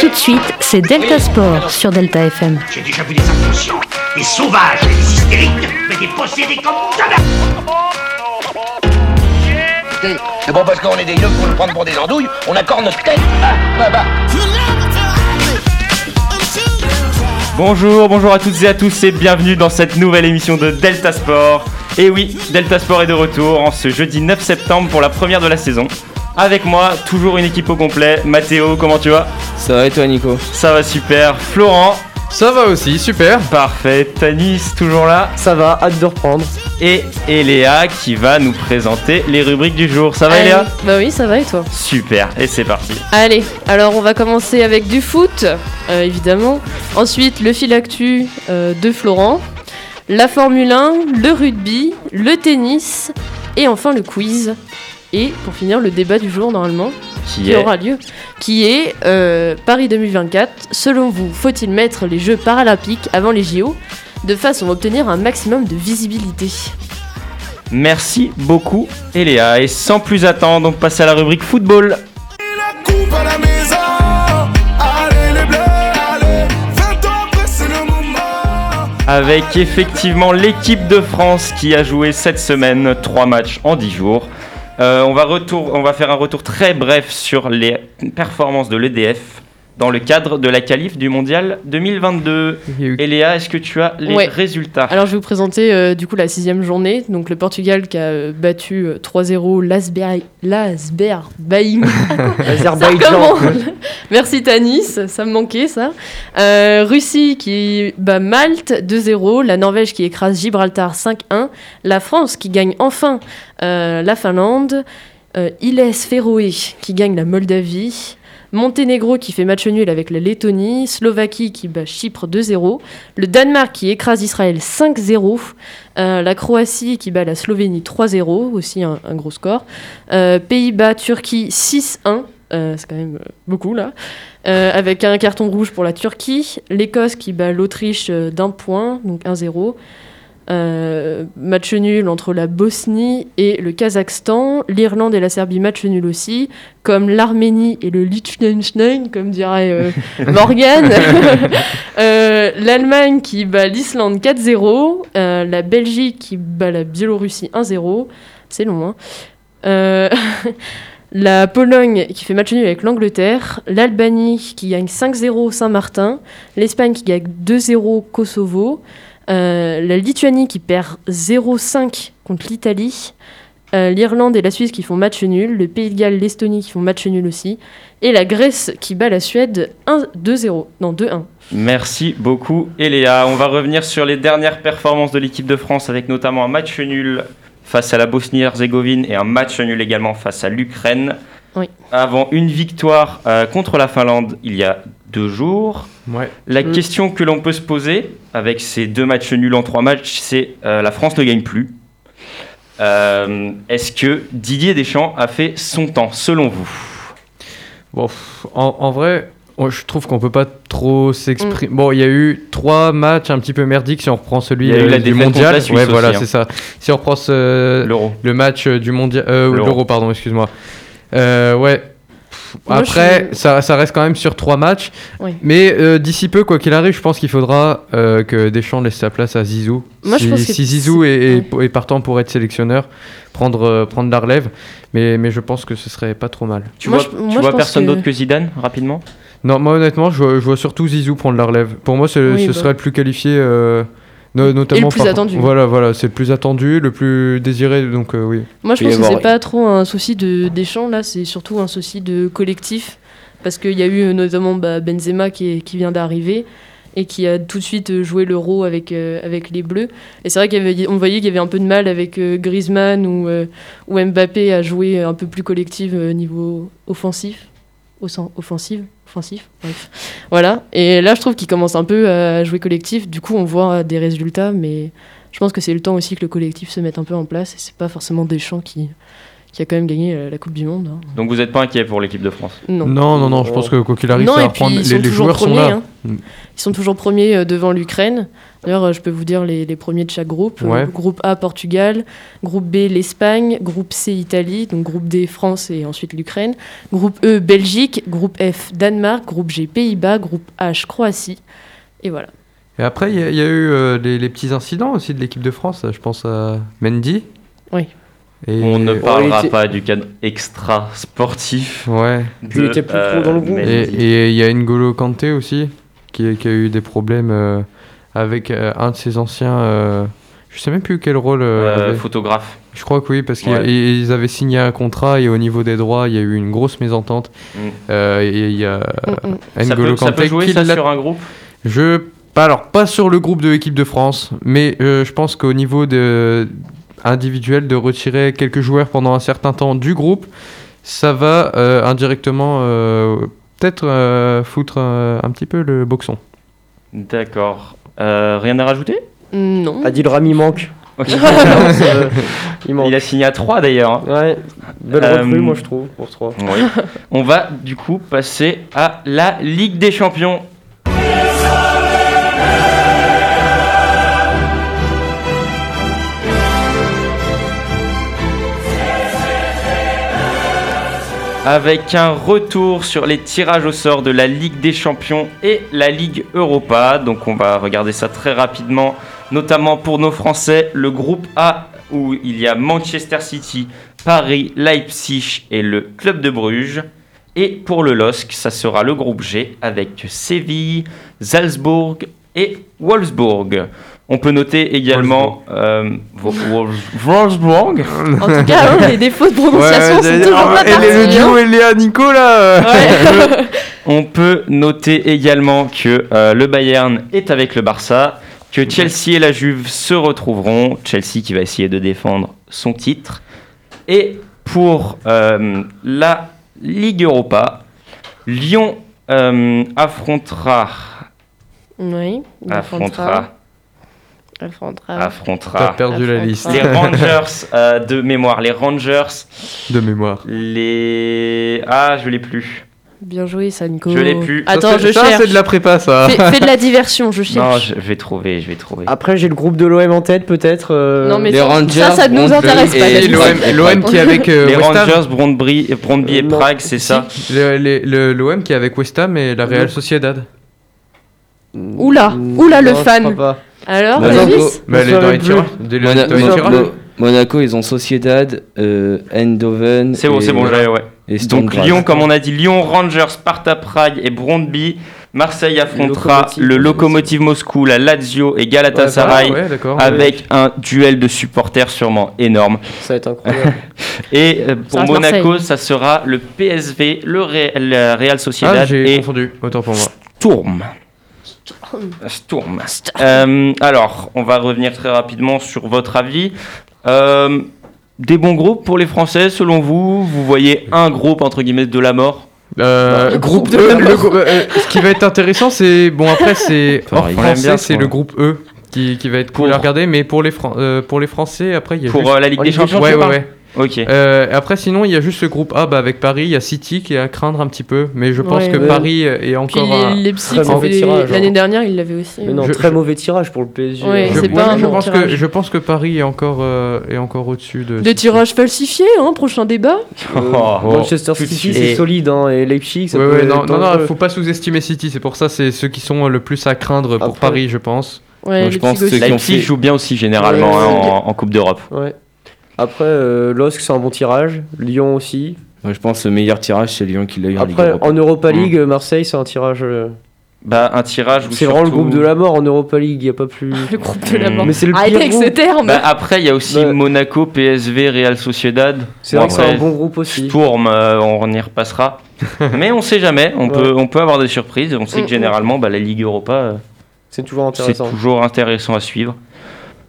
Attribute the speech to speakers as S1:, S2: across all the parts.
S1: Tout de suite, c'est Delta Sport sur Delta FM.
S2: J'ai déjà vu des inconscients, des sauvages, des hystériques, mais des possédés comme jamais
S3: Écoutez, C'est bon parce qu'on est des yeux pour nous prendre pour des andouilles, on accorde notre tête. Ah, bah, bah.
S4: Bonjour, bonjour à toutes et à tous et bienvenue dans cette nouvelle émission de Delta Sport. Et oui, Delta Sport est de retour en ce jeudi 9 septembre pour la première de la saison. Avec moi, toujours une équipe au complet. Mathéo, comment tu vas
S5: Ça va et toi Nico
S4: Ça va super. Florent,
S6: Ça va aussi, super.
S4: parfait. Tanis, toujours là.
S5: Ça va, hâte de reprendre.
S4: Et Eléa qui va nous présenter les rubriques du jour. Ça va
S7: Allez.
S4: Eléa
S7: Bah oui, ça va et toi
S4: Super, et c'est parti.
S7: Allez, alors on va commencer avec du foot, euh, évidemment. Ensuite, le fil actu euh, de Florent, la Formule 1, le rugby, le tennis et enfin le quiz. Et pour finir, le débat du jour normalement
S4: Qui
S7: qui
S4: est
S7: aura lieu, qui est euh, Paris 2024. Selon vous, faut-il mettre les Jeux paralympiques avant les JO de façon à obtenir un maximum de visibilité
S4: Merci beaucoup, Eléa. Et sans plus attendre, on passe à la rubrique football. Avec effectivement l'équipe de France qui a joué cette semaine 3 matchs en 10 jours. Euh, on, va retour- on va faire un retour très bref sur les performances de l'EDF dans le cadre de la qualif du mondial 2022.
S6: Il y a eu
S4: Eléa, est-ce que tu as les
S7: Ouais.
S4: résultats
S7: Alors je vais vous présenter euh, du coup la sixième journée, donc le Portugal qui a euh, battu euh, 3-0 l'Asber- l'Azerbaïdjan.
S5: Azerbaïdjan.
S7: Comment Merci Tanis, ça me manquait ça. Euh, Russie qui bat Malte 2-0, la Norvège qui écrase Gibraltar 5-1, la France qui gagne enfin euh, la Finlande, euh, Iles Féroé qui gagne la Moldavie. Monténégro qui fait match nul avec la Lettonie, Slovaquie qui bat Chypre 2-0, le Danemark qui écrase Israël 5-0, euh, la Croatie qui bat la Slovénie 3-0, aussi un, un gros score, euh, Pays-Bas, Turquie 6-1, euh, c'est quand même euh, beaucoup là, Euh, avec un carton rouge pour la Turquie, l'Écosse qui bat l'Autriche euh, d'un point, donc 1-0. Euh, match nul entre la Bosnie et le Kazakhstan, l'Irlande et la Serbie match nul aussi, comme l'Arménie et le Liechtenstein, comme dirait euh, Morgan. Euh, L'Allemagne qui bat l'Islande 4-0, euh, la Belgique qui bat la Biélorussie 1-0, c'est long. Hein. Euh, la Pologne qui fait match nul avec l'Angleterre, l'Albanie qui gagne 5-0 Saint-Martin, l'Espagne qui gagne 2-0 Kosovo, euh, la Lituanie qui perd 0-5 contre l'Italie, euh, l'Irlande et la Suisse qui font match nul, le Pays de Galles, l'Estonie qui font match nul aussi, et la Grèce qui bat la Suède 1 2-0, non 2-1.
S4: Merci beaucoup, Eléa. On va revenir sur les dernières performances de l'équipe de France avec notamment un match nul face à la Bosnie-Herzégovine et un match nul également face à l'Ukraine.
S7: Oui.
S4: Avant une victoire euh, contre la Finlande il y a deux jours.
S6: Ouais.
S4: La
S5: Mm.
S4: question que l'on peut se poser avec ces deux matchs nuls en trois matchs, c'est euh, la France ne gagne plus. Euh, Est-ce que Didier Deschamps a fait son temps, selon vous
S6: Bon, pff, en, en vrai, moi, je trouve qu'on peut pas trop s'exprimer.
S5: Mm.
S6: Bon, il y a eu trois matchs un petit peu merdiques si on reprend celui
S4: Il y a eu
S6: euh,
S4: la
S6: du
S4: défaite contre
S6: mondial.
S4: la Suisse
S6: ouais,
S4: aussi,
S6: voilà,
S4: hein.
S6: c'est ça. Si on reprend ce-
S4: L'euro.
S6: le match euh, du mondial, euh,
S4: L'Euro.
S6: l'Euro, pardon, excuse-moi. Euh, ouais. Pff,
S7: Moi,
S6: Après,
S7: je-
S6: ça, ça reste quand même sur trois matchs.
S7: Oui.
S6: Mais euh, d'ici peu, quoi qu'il arrive, je pense qu'il faudra euh, que Deschamps laisse sa place à Zizou.
S7: Moi,
S6: si,
S7: je pense que
S6: si Zizou est,
S7: c'est-
S6: est- est partant pour être sélectionneur, prendre, euh, prendre la relève. Mais, mais je pense que ce serait pas trop mal.
S4: Tu
S7: Moi,
S4: vois,
S7: je-
S4: tu
S7: moi, je
S4: vois
S7: pense
S4: personne
S7: que-
S4: d'autre que Zidane, rapidement
S6: Non, moi honnêtement, je vois, je vois surtout Zizou prendre la relève. Pour moi, c'est-
S7: Oui,
S6: ce
S7: bah.
S6: serait le plus qualifié, euh, no- notamment.
S7: plus attendu.
S6: Voilà, voilà, c'est le plus attendu, le plus désiré, donc euh, oui.
S7: Moi, je
S5: Il peut
S7: pense
S5: y
S7: que
S5: avoir-
S7: c'est pas trop un souci de Deschamps, là, c'est surtout un souci de collectif. Parce qu'il y a eu euh, notamment bah, Benzema qui, est- qui vient d'arriver et qui a tout de suite euh, joué l'euro avec, euh, avec les Bleus. Et c'est vrai qu'on voyait qu'il y avait un peu de mal avec euh, Griezmann ou, euh, ou Mbappé à jouer un peu plus collectif euh, niveau offensif. Au sens offensive, offensif, bref. Voilà. Et là, je trouve qu'il commence un peu à jouer collectif. Du coup, on voit euh, des résultats, mais je pense que c'est le temps aussi que le collectif se mette un peu en place et c'est pas forcément Deschamps qui, qui a quand même gagné euh, la Coupe du Monde. hein.
S4: Donc vous n'êtes pas inquiet pour l'équipe de France
S7: Non.
S6: Non, non, non, je pense que quoi qu'il arrive,
S7: oh. Non,
S6: ça va
S7: et puis
S6: reprendre.
S7: ils
S6: Les,
S7: sont
S6: les
S7: toujours
S6: joueurs sont
S7: premiers.
S6: là.
S7: hein.
S6: Mm.
S7: Ils sont toujours premiers euh, devant l'Ukraine. D'ailleurs, euh, je peux vous dire les, les premiers de chaque groupe. Euh,
S6: Ouais.
S7: Groupe A, Portugal. Groupe B, l'Espagne. Groupe C, Italie. Donc groupe D, France et ensuite l'Ukraine. Groupe E, Belgique. Groupe F, Danemark. Groupe G, Pays-Bas. Groupe H, Croatie. Et voilà.
S6: Et après, il y, a- il y a eu euh, les, les petits incidents aussi de l'équipe de France. là. Je pense à Mendy.
S7: Oui.
S6: Et...
S4: On ne parlera
S5: était-
S4: pas du cadre extra sportif.
S6: Ouais.
S5: Puis il
S4: de,
S5: était plus trop dans le groupe.
S6: Et-
S4: euh, Mendy.
S6: Et il y a N'Golo Kanté aussi, qui, qui a eu des problèmes euh, avec euh, un de ses anciens. euh, je sais même plus quel rôle. euh,
S4: Euh,
S6: avait.
S4: photographe.
S6: Je crois que oui, parce qu'ils
S4: Ouais.
S6: ils avaient signé un contrat et au niveau des droits, il y a eu une grosse mésentente.
S4: Mm.
S6: Euh, et il y a
S7: Mm, mm.
S4: ça,
S6: N'Golo
S4: peut, ça peut
S6: Kanté
S4: jouer
S6: qui
S4: ça
S6: l'a-
S4: sur un groupe
S6: Je. pas- Alors, pas sur le groupe de l'équipe de France, mais euh, je pense qu'au niveau de, individuel, de retirer quelques joueurs pendant un certain temps du groupe, ça va euh, indirectement euh, peut-être euh, foutre euh, un petit peu le boxon.
S4: D'accord. Euh, rien à rajouter
S7: mm, Non.
S5: Adil Rami manque.
S4: Ok.
S5: Non, c'est, euh, il manque.
S4: Il a signé à 3 d'ailleurs. hein.
S5: Ouais, belle
S4: Euh,
S5: recrue, moi je trouve, pour 3.
S4: Oui. On va du coup passer à la Ligue des Champions. Avec un retour sur les tirages au sort de la Ligue des Champions et la Ligue Europa. Donc on va regarder ça très rapidement, notamment pour nos Français. Le groupe A où il y a Manchester City, Paris, Leipzig et le club de Bruges. Et pour le LOSC, ça sera le groupe G avec Séville, Salzbourg et Wolfsburg. On peut noter également euh, Wo- Wolf- Wolfsburg.
S7: En tout cas, hein, les défauts de prononciation sont toujours pas
S6: et
S7: partis,
S6: le
S7: hein.
S6: duo Eléa Nico là
S7: Ouais.
S4: On peut noter également que euh, le Bayern est avec le Barça, que Chelsea et la Juve se retrouveront, Chelsea qui va essayer de défendre son titre. Et pour euh, la Ligue Europa, Lyon euh, affrontera,
S7: oui. il affrontera. Ah.
S4: affrontera,
S7: affrontera.
S6: T'as
S4: affrontera
S6: perdu la liste
S4: les Rangers euh, de mémoire, les Rangers,
S6: de mémoire.
S4: les ah je l'ai plus,
S7: Bien joué, Sanko.
S4: Je l'ai plus.
S7: Attends,
S6: ça, c'est-
S7: je
S6: ça, c'est
S7: cherche.
S6: de la prépa ça.
S7: Fais, fais de la diversion, je
S4: non
S7: cherche.
S4: je je vais trouver, je vais trouver.
S5: Après, j'ai le groupe de l'OM en tête, peut-être. euh,
S7: Non, mais
S8: les
S7: ça,
S8: Rangers,
S7: ça, ça ne nous
S8: Brondby
S7: intéresse pas.
S8: et
S7: la liste.
S8: l'OM.
S6: L'OM qui est avec euh,
S4: les
S6: West Ham.
S4: Rangers, Brondby, Brondby et
S5: Euh, non.
S4: Prague, c'est ça.
S6: Le- les- le- L'OM qui est avec West Ham et la Real Sociedad.
S7: Oula,
S5: mm,
S7: oula, le
S5: non, je
S7: fan. Ah,
S5: crois pas.
S7: Alors,
S8: Monaco-
S7: Davis
S6: Mais elle est
S5: savais
S6: dans les
S5: plus.
S6: tirages. Des- dans
S8: Mona-
S6: les
S8: Mo-
S6: tirages.
S8: Mo- Monaco, ils ont Sociedad, euh, Eindhoven.
S4: C'est bon,
S8: et-
S4: c'est bon, j'avais, ouais.
S8: et Sturm
S4: Donc
S8: Graz.
S4: Lyon, comme on a dit, Lyon, Rangers, Sparta Prague et Brondby. Marseille affrontera
S5: Locomotive.
S4: le Locomotive Moscou, la Lazio et Galatasaray.
S6: Ouais, ouais, d'accord.
S4: Avec un duel de supporters sûrement énorme.
S5: Ça va être incroyable.
S4: Et euh, pour
S7: reste
S4: Monaco,
S7: Marseille.
S4: ça sera le PSV, le, Ré- le Real
S6: Ah,
S4: Sociedad
S6: j'ai
S4: et
S6: confondu, autant pour moi.
S4: Sturm. Sturm. Euh, alors, on va revenir très rapidement sur votre avis. Euh, des bons groupes pour les Français, selon vous Vous voyez un groupe, entre guillemets, de la mort
S6: Euh,
S7: Le
S6: groupe
S7: groupe de
S6: E,
S7: la
S6: le
S7: mort.
S6: grou- euh, euh, ce qui va être intéressant, c'est. Bon, après, c'est.
S4: Enfin,
S6: Hors
S4: il aime bien
S6: français,
S4: ce
S6: c'est
S4: point.
S6: le groupe E qui, qui va être cool
S4: Pour-
S6: à regarder, mais pour les, Fran- euh, pour les Français, après, il y a.
S4: Pour
S6: juste-
S4: euh, la Ligue des Champions
S6: Ouais,
S4: tu
S6: ouais,
S4: parles
S6: ouais.
S4: Ok.
S6: Euh, après, sinon, il y a juste le groupe A bah, avec Paris, il y a City qui est à craindre un petit peu, mais je pense
S7: Ouais.
S6: que
S5: Ouais.
S6: Paris est
S7: Puis
S6: encore. un-
S7: les Leipzig,
S5: Très
S7: ça
S5: mauvais
S7: fait-
S5: tirage,
S7: l'année
S5: hein.
S7: dernière, il l'avait aussi. hein.
S5: mais non,
S6: Je-
S5: très mauvais tirage pour le PSG.
S7: Ouais,
S5: euh,
S6: Je,
S7: c'est pas un
S6: je
S7: bon
S6: pense que,
S7: tirage.
S6: je pense que Paris est encore, euh, est encore au-dessus de.
S7: Des
S6: City.
S7: tirages falsifiés, hein, prochain débat.
S5: euh,
S4: Oh, oh.
S5: Manchester
S4: Tout de
S5: City,
S4: suite.
S5: c'est
S4: Et-
S5: solide, hein, et Leipzig, ça
S6: Ouais,
S5: peut
S6: ouais,
S5: être
S6: non, non, non,
S5: dangereux.
S6: faut pas sous-estimer City, c'est pour ça, c'est ceux qui sont le plus à craindre pour
S5: Après-
S6: Paris, je pense.
S7: Ouais,
S8: Donc, je
S7: Leipzig
S8: pense que
S7: aussi.
S8: c'est- qui ont
S4: Leipzig
S8: fait-
S4: joue bien aussi généralement
S5: Ouais,
S4: hein,
S5: ouais.
S4: en, en Coupe d'Europe.
S5: Ouais. Après, euh, LOSC, c'est un bon tirage. Lyon aussi.
S8: Moi, je pense que le meilleur tirage, c'est Lyon qui l'a eu en Ligue
S5: Après,
S8: Europa.
S5: en Europa League, Marseille, c'est un tirage. euh,
S4: Bah un tirage où
S5: C'est vraiment le
S4: surtout-
S5: groupe de la mort en Europa League, il n'y a pas plus.
S7: Le groupe de la
S4: Mm.
S7: mort. Ah,
S5: Mais c'est le
S7: Arrêtez
S5: pire
S7: avec
S5: groupe.
S7: ce terme.
S4: Bah, après il y a aussi
S5: Ouais.
S4: Monaco, PSV, Real Sociedad.
S5: C'est
S4: Bon,
S5: vrai que c'est
S4: après,
S5: un bon groupe aussi.
S4: Sturm, euh, on y repassera. Mais on sait jamais, on,
S5: Ouais.
S4: peut, on peut avoir des surprises. On sait
S7: Mm,
S4: que
S7: mm.
S4: généralement bah, la Ligue Europa euh,
S5: C'est toujours
S4: c'est
S5: intéressant.
S4: toujours intéressant à suivre.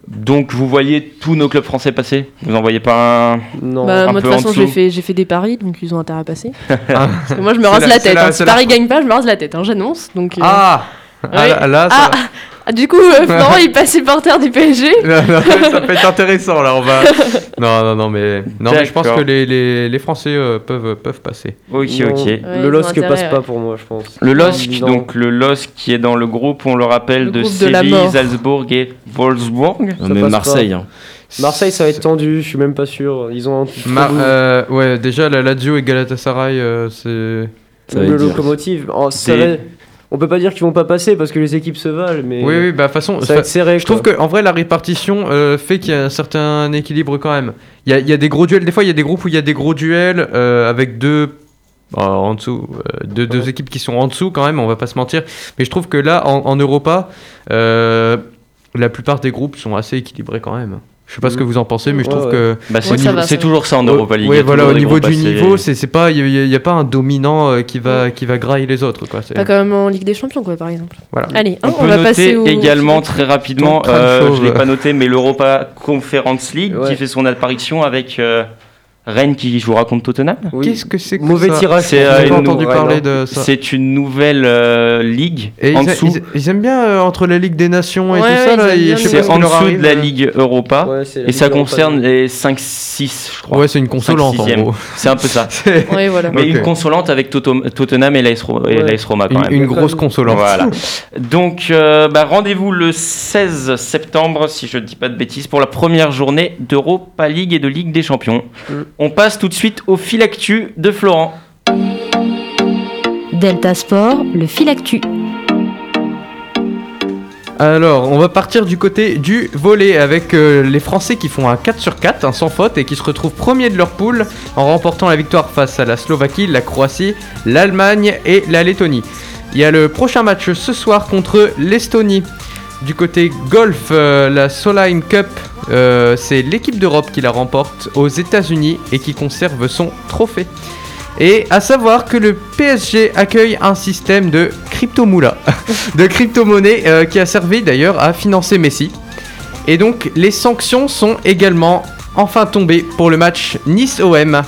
S4: Donc vous voyez tous nos clubs français passer Vous en voyez pas un
S5: Non.
S7: Bah,
S4: un peu
S7: moi, de
S4: en
S7: toute façon,
S4: dessous.
S7: j'ai fait, j'ai fait des paris, donc ils ont intérêt à passer. Parce que moi, je me
S6: C'est
S7: rase
S6: la-
S7: la,
S6: c'est
S7: tête.
S6: la-
S7: hein.
S6: c'est
S7: Si
S6: la-
S7: Paris gagne pas, je me rase la tête, hein, j'annonce. Donc, euh,
S6: Ah
S7: Ouais.
S6: Ah, là, là, ça-
S7: Ah, Ah, du coup, euh, Florent, il passe supporter du PSG.
S6: Non, non, ça peut être intéressant là, on va. Non, non, non, mais, non, mais je pense
S4: D'accord.
S6: que les, les, les Français euh, peuvent, peuvent passer.
S4: Ok,
S5: Non.
S4: ok.
S7: Ouais, ils
S5: le
S7: ont
S5: LOSC
S7: intérêt,
S5: passe
S7: ouais.
S5: pas pour moi, je pense.
S4: Le LOSC,
S5: Non.
S4: donc le LOSC qui est dans le groupe, on le rappelle,
S7: Le
S4: de
S7: groupe de la
S4: Séville,
S7: mort.
S4: Salzbourg et Wolfsburg.
S8: Non,
S5: Ça
S8: mais
S5: passe
S8: Marseille. hein.
S5: Marseille, ça va être tendu, je suis même pas sûr. Ils ont un petit
S6: Mar-
S5: trou.
S6: euh, ouais, déjà la Lazio et Galatasaray, euh, c'est.
S8: ça
S5: Même
S8: veut
S5: le
S8: dire-
S5: locomotive. Oh, ça
S4: Des-
S5: va- On peut pas dire qu'ils vont pas passer parce que les équipes se valent, mais
S6: Oui, oui, bah de toute façon,
S5: ça va
S6: ça-
S5: être serré.
S6: je trouve
S5: quoi.
S6: qu'en vrai la répartition euh, fait qu'il y a un certain équilibre quand même. Il y a, il y a des gros duels, des fois il y a des groupes où il y a des gros duels euh, avec deux. euh, en dessous, euh, deux, deux équipes qui sont en dessous quand même, on va pas se mentir. Mais je trouve que là, en, en Europa, euh, la plupart des groupes sont assez équilibrés quand même. Je sais pas ce que vous en pensez, mais je
S5: Ouais,
S6: trouve
S5: ouais.
S6: que
S4: Bah,
S7: Ouais, ça va, ça va.
S4: toujours ça en Europa League. hein,
S6: Ouais,
S4: il y a
S6: voilà,
S4: toujours
S6: au
S4: des
S6: niveau
S4: gros
S6: du
S4: passés.
S6: niveau, c'est c'est pas, il n'y a, pas un dominant euh, qui va qui va grailler les autres quoi. c'est-
S7: Pas comme en Ligue des Champions, quoi, par exemple.
S6: Voilà.
S7: Allez,
S4: On
S7: hein, on,
S4: peut
S7: va passer
S4: noter
S7: au.
S4: également très rapidement,
S6: Ton crâne
S4: euh, je
S6: chauve.
S4: l'ai pas noté, mais l'Europa Conference League qui
S5: Ouais.
S4: fait son apparition avec euh, Rennes qui jouera contre Tottenham.
S5: Oui.
S6: Qu'est-ce que c'est que
S5: Mauvais
S6: ça
S5: tirage.
S4: C'est,
S5: pour
S4: euh,
S6: J'ai
S5: nous,
S6: pas
S4: une-
S6: entendu
S5: ouais,
S6: parler
S5: non.
S6: de ça.
S4: C'est une nouvelle euh, ligue
S6: Et
S4: en
S6: ils, a-
S4: dessous.
S6: ils- ils aiment bien euh, entre la Ligue des Nations et
S7: Ouais,
S6: tout ça
S7: ouais,
S6: là.
S7: ils aiment
S6: ils-
S7: bien
S6: je sais
S7: les-
S6: pas
S4: C'est
S6: ce
S4: en
S6: qui leur
S4: dessous de la
S6: arrive. euh
S4: Ligue Europa.
S5: Ouais, c'est la
S4: Et ça
S5: Ligue Europa,
S4: concerne
S5: donc.
S4: les 5-6, je crois.
S6: Ouais, c'est une consolante en
S4: 5-6e.
S6: gros.
S4: C'est un peu ça.
S6: C'est
S7: Ouais, voilà.
S4: Mais
S6: Ok.
S4: une consolante avec Totom- Tottenham et l'AS Ro- et
S5: Ouais.
S4: l'AS Roma quand
S6: une,
S4: même.
S6: une grosse consolante.
S8: bah,
S4: Voilà. Donc, euh, bah, rendez-vous le 16 septembre, si je ne dis pas de bêtises, pour la première journée d'Europa League et de Ligue des Champions.
S6: Mm.
S4: On passe tout de suite au fil actu de Florent.
S1: Delta Sport, le fil actu.
S6: Alors, on va partir du côté du volet avec euh, les Français qui font un 4 sur 4, un sans faute, et qui se retrouvent premiers de leur poule en remportant la victoire face à la Slovaquie, la Croatie, l'Allemagne et la Lettonie. Il y a le prochain match ce soir contre l'Estonie. Du côté golf, euh, la Solheim Cup, euh, c'est l'équipe d'Europe qui la remporte aux États-Unis et qui conserve son trophée. Et à savoir que le PSG accueille un système de crypto-moula de crypto-monnaie euh, qui a servi d'ailleurs à financer Messi. Et donc les sanctions sont également enfin tombées pour le match Nice-OM.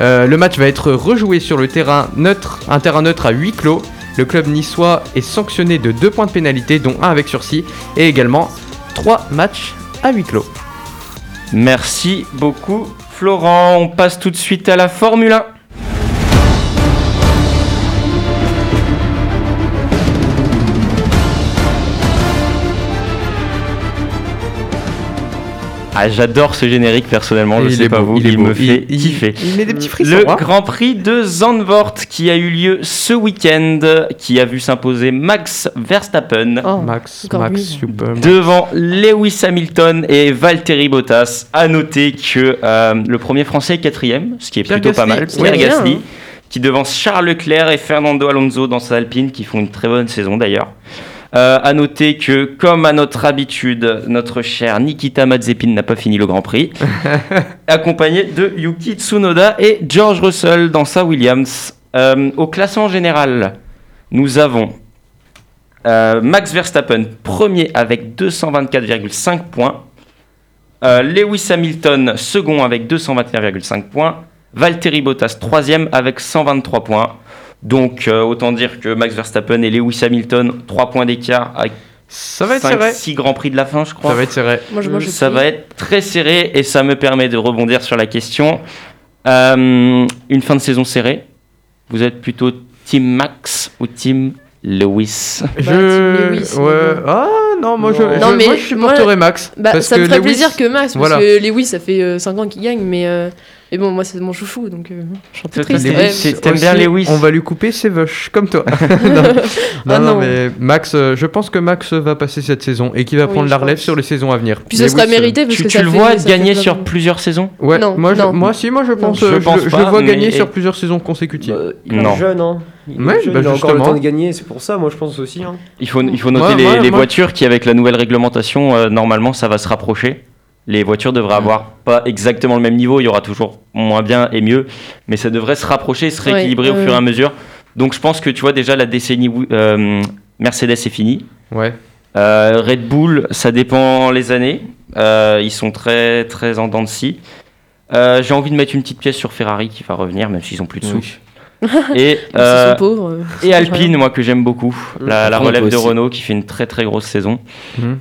S6: Euh, le match va être rejoué sur le terrain neutre, un terrain neutre à huis clos. Le club niçois est sanctionné de 2 points de pénalité, dont un avec sursis, et également 3 matchs à huis clos.
S4: Merci beaucoup, Florent. On passe tout de suite à la Formule 1. Ah, j'adore ce générique personnellement, je
S6: Il
S4: sais
S6: est
S4: pas
S6: beau,
S4: vous,
S6: il est
S4: il, me
S6: beau.
S4: fait
S6: Il- il-
S4: kiffer.
S6: Il met des petits frissons.
S4: Le Grand Prix de Zandvoort qui a eu lieu ce week-end, qui a vu s'imposer Max Verstappen
S7: Oh.
S6: Max,
S7: Encore
S6: Max,
S7: lui.
S6: super.
S4: devant Lewis Hamilton et Valtteri Bottas. À noter que euh, le premier Français est quatrième, ce qui est
S6: Pierre
S4: plutôt pas
S6: Gasly.
S4: mal.
S6: Ouais,
S4: Pierre
S7: bien,
S4: Gasly,
S7: hein.
S4: qui devance Charles Leclerc et Fernando Alonso dans sa Alpine, qui font une très bonne saison d'ailleurs. Euh, à noter que, comme à notre habitude, notre cher Nikita Mazepin n'a pas fini le Grand Prix, accompagné de Yuki Tsunoda et George Russell dans sa Williams. Euh, au classement général, nous avons euh, Max Verstappen, premier avec 224,5 points. Euh, Lewis Hamilton, second avec 221,5 points. Valtteri Bottas, troisième avec 123 points. Donc, euh, autant dire que Max Verstappen et Lewis Hamilton, 3 points d'écart avec
S6: Ça va être serré.
S4: 5-6 grands prix de la fin, je crois.
S6: Ça va être serré.
S7: Moi, je, moi, je
S4: euh, Ça
S7: prie.
S4: va être très serré et ça me permet de rebondir sur la question. Euh, une fin de saison serrée. Vous êtes plutôt Team Max ou Team Lewis
S7: Bah,
S6: Je.
S7: Lewis, mais
S6: ouais.
S7: bon.
S6: Ah non, moi je.
S5: Non.
S6: je-
S7: Non, mais
S6: moi, je
S7: moi-
S6: supporterais Max.
S7: Bah,
S6: parce
S7: ça me
S6: que
S7: ferait
S6: Lewis-
S7: plaisir que Max, parce
S6: voilà.
S7: que Lewis, ça fait 5 ans qu'il gagne, mais, euh, mais bon, moi, c'est mon chouchou, donc euh, je suis un peu triste.
S4: Lewis,
S7: Ouais,
S4: c'est- t'aimes bien hein.
S6: Aussi,
S4: Lewis
S6: On va lui couper ses vaches, comme toi. non, non,
S7: Ah
S6: non,
S7: non.
S6: mais Max, euh, je pense que Max va passer cette saison et qu'il va
S7: Oui,
S6: prendre la
S7: je
S6: relève
S7: pense.
S6: sur les saisons à venir.
S7: Puis ce
S6: Lewis,
S7: sera
S6: euh,
S7: mérité, parce
S4: Tu,
S7: que
S4: tu
S7: ça
S4: le
S7: fait-
S4: vois
S7: ça fait
S4: gagner
S7: plein de-
S4: sur plusieurs saisons
S6: Ouais,
S7: Non,
S6: moi, je-
S7: non.
S6: moi si, moi je pense,
S4: Je
S6: euh, je,
S4: pense
S6: je
S4: pas,
S6: le vois
S4: mais-
S6: gagner
S4: et- Euh,
S6: sur plusieurs saisons consécutives.
S5: Bah, il
S4: Non.
S5: est jeune, hein. Il, est
S6: Ouais,
S5: jeune,
S6: bah,
S5: il a encore le
S6: justement.
S5: temps de gagner, c'est pour ça, moi je pense aussi. hein.
S4: Il faut, il faut noter
S6: Moi,
S4: les,
S6: moi,
S4: les
S6: moi-
S4: voitures qui, avec la nouvelle réglementation, euh, normalement, ça va se rapprocher. Les voitures devraient avoir pas exactement le même niveau. Il y aura toujours moins bien et mieux, mais ça devrait se rapprocher, se
S7: Ouais,
S4: rééquilibrer au
S7: ouais,
S4: fur et à
S7: ouais.
S4: mesure. Donc, je pense que tu vois déjà la décennie euh, Mercedes est finie.
S6: Ouais.
S4: Euh, Red Bull, ça dépend les années. Euh, ils sont très très en dents de scie. Euh, J'ai envie de mettre une petite pièce sur Ferrari qui va revenir, même s'ils ont plus de sous. Et,
S7: Ils
S4: euh,
S7: sont pauvres. euh,
S4: et
S7: c'est
S4: Alpine, moi que j'aime beaucoup,
S6: Mmh.
S4: la, la
S8: Alpine,
S4: relève
S8: toi
S4: de
S8: aussi.
S4: Renault qui fait une très très grosse saison.
S6: Mhm.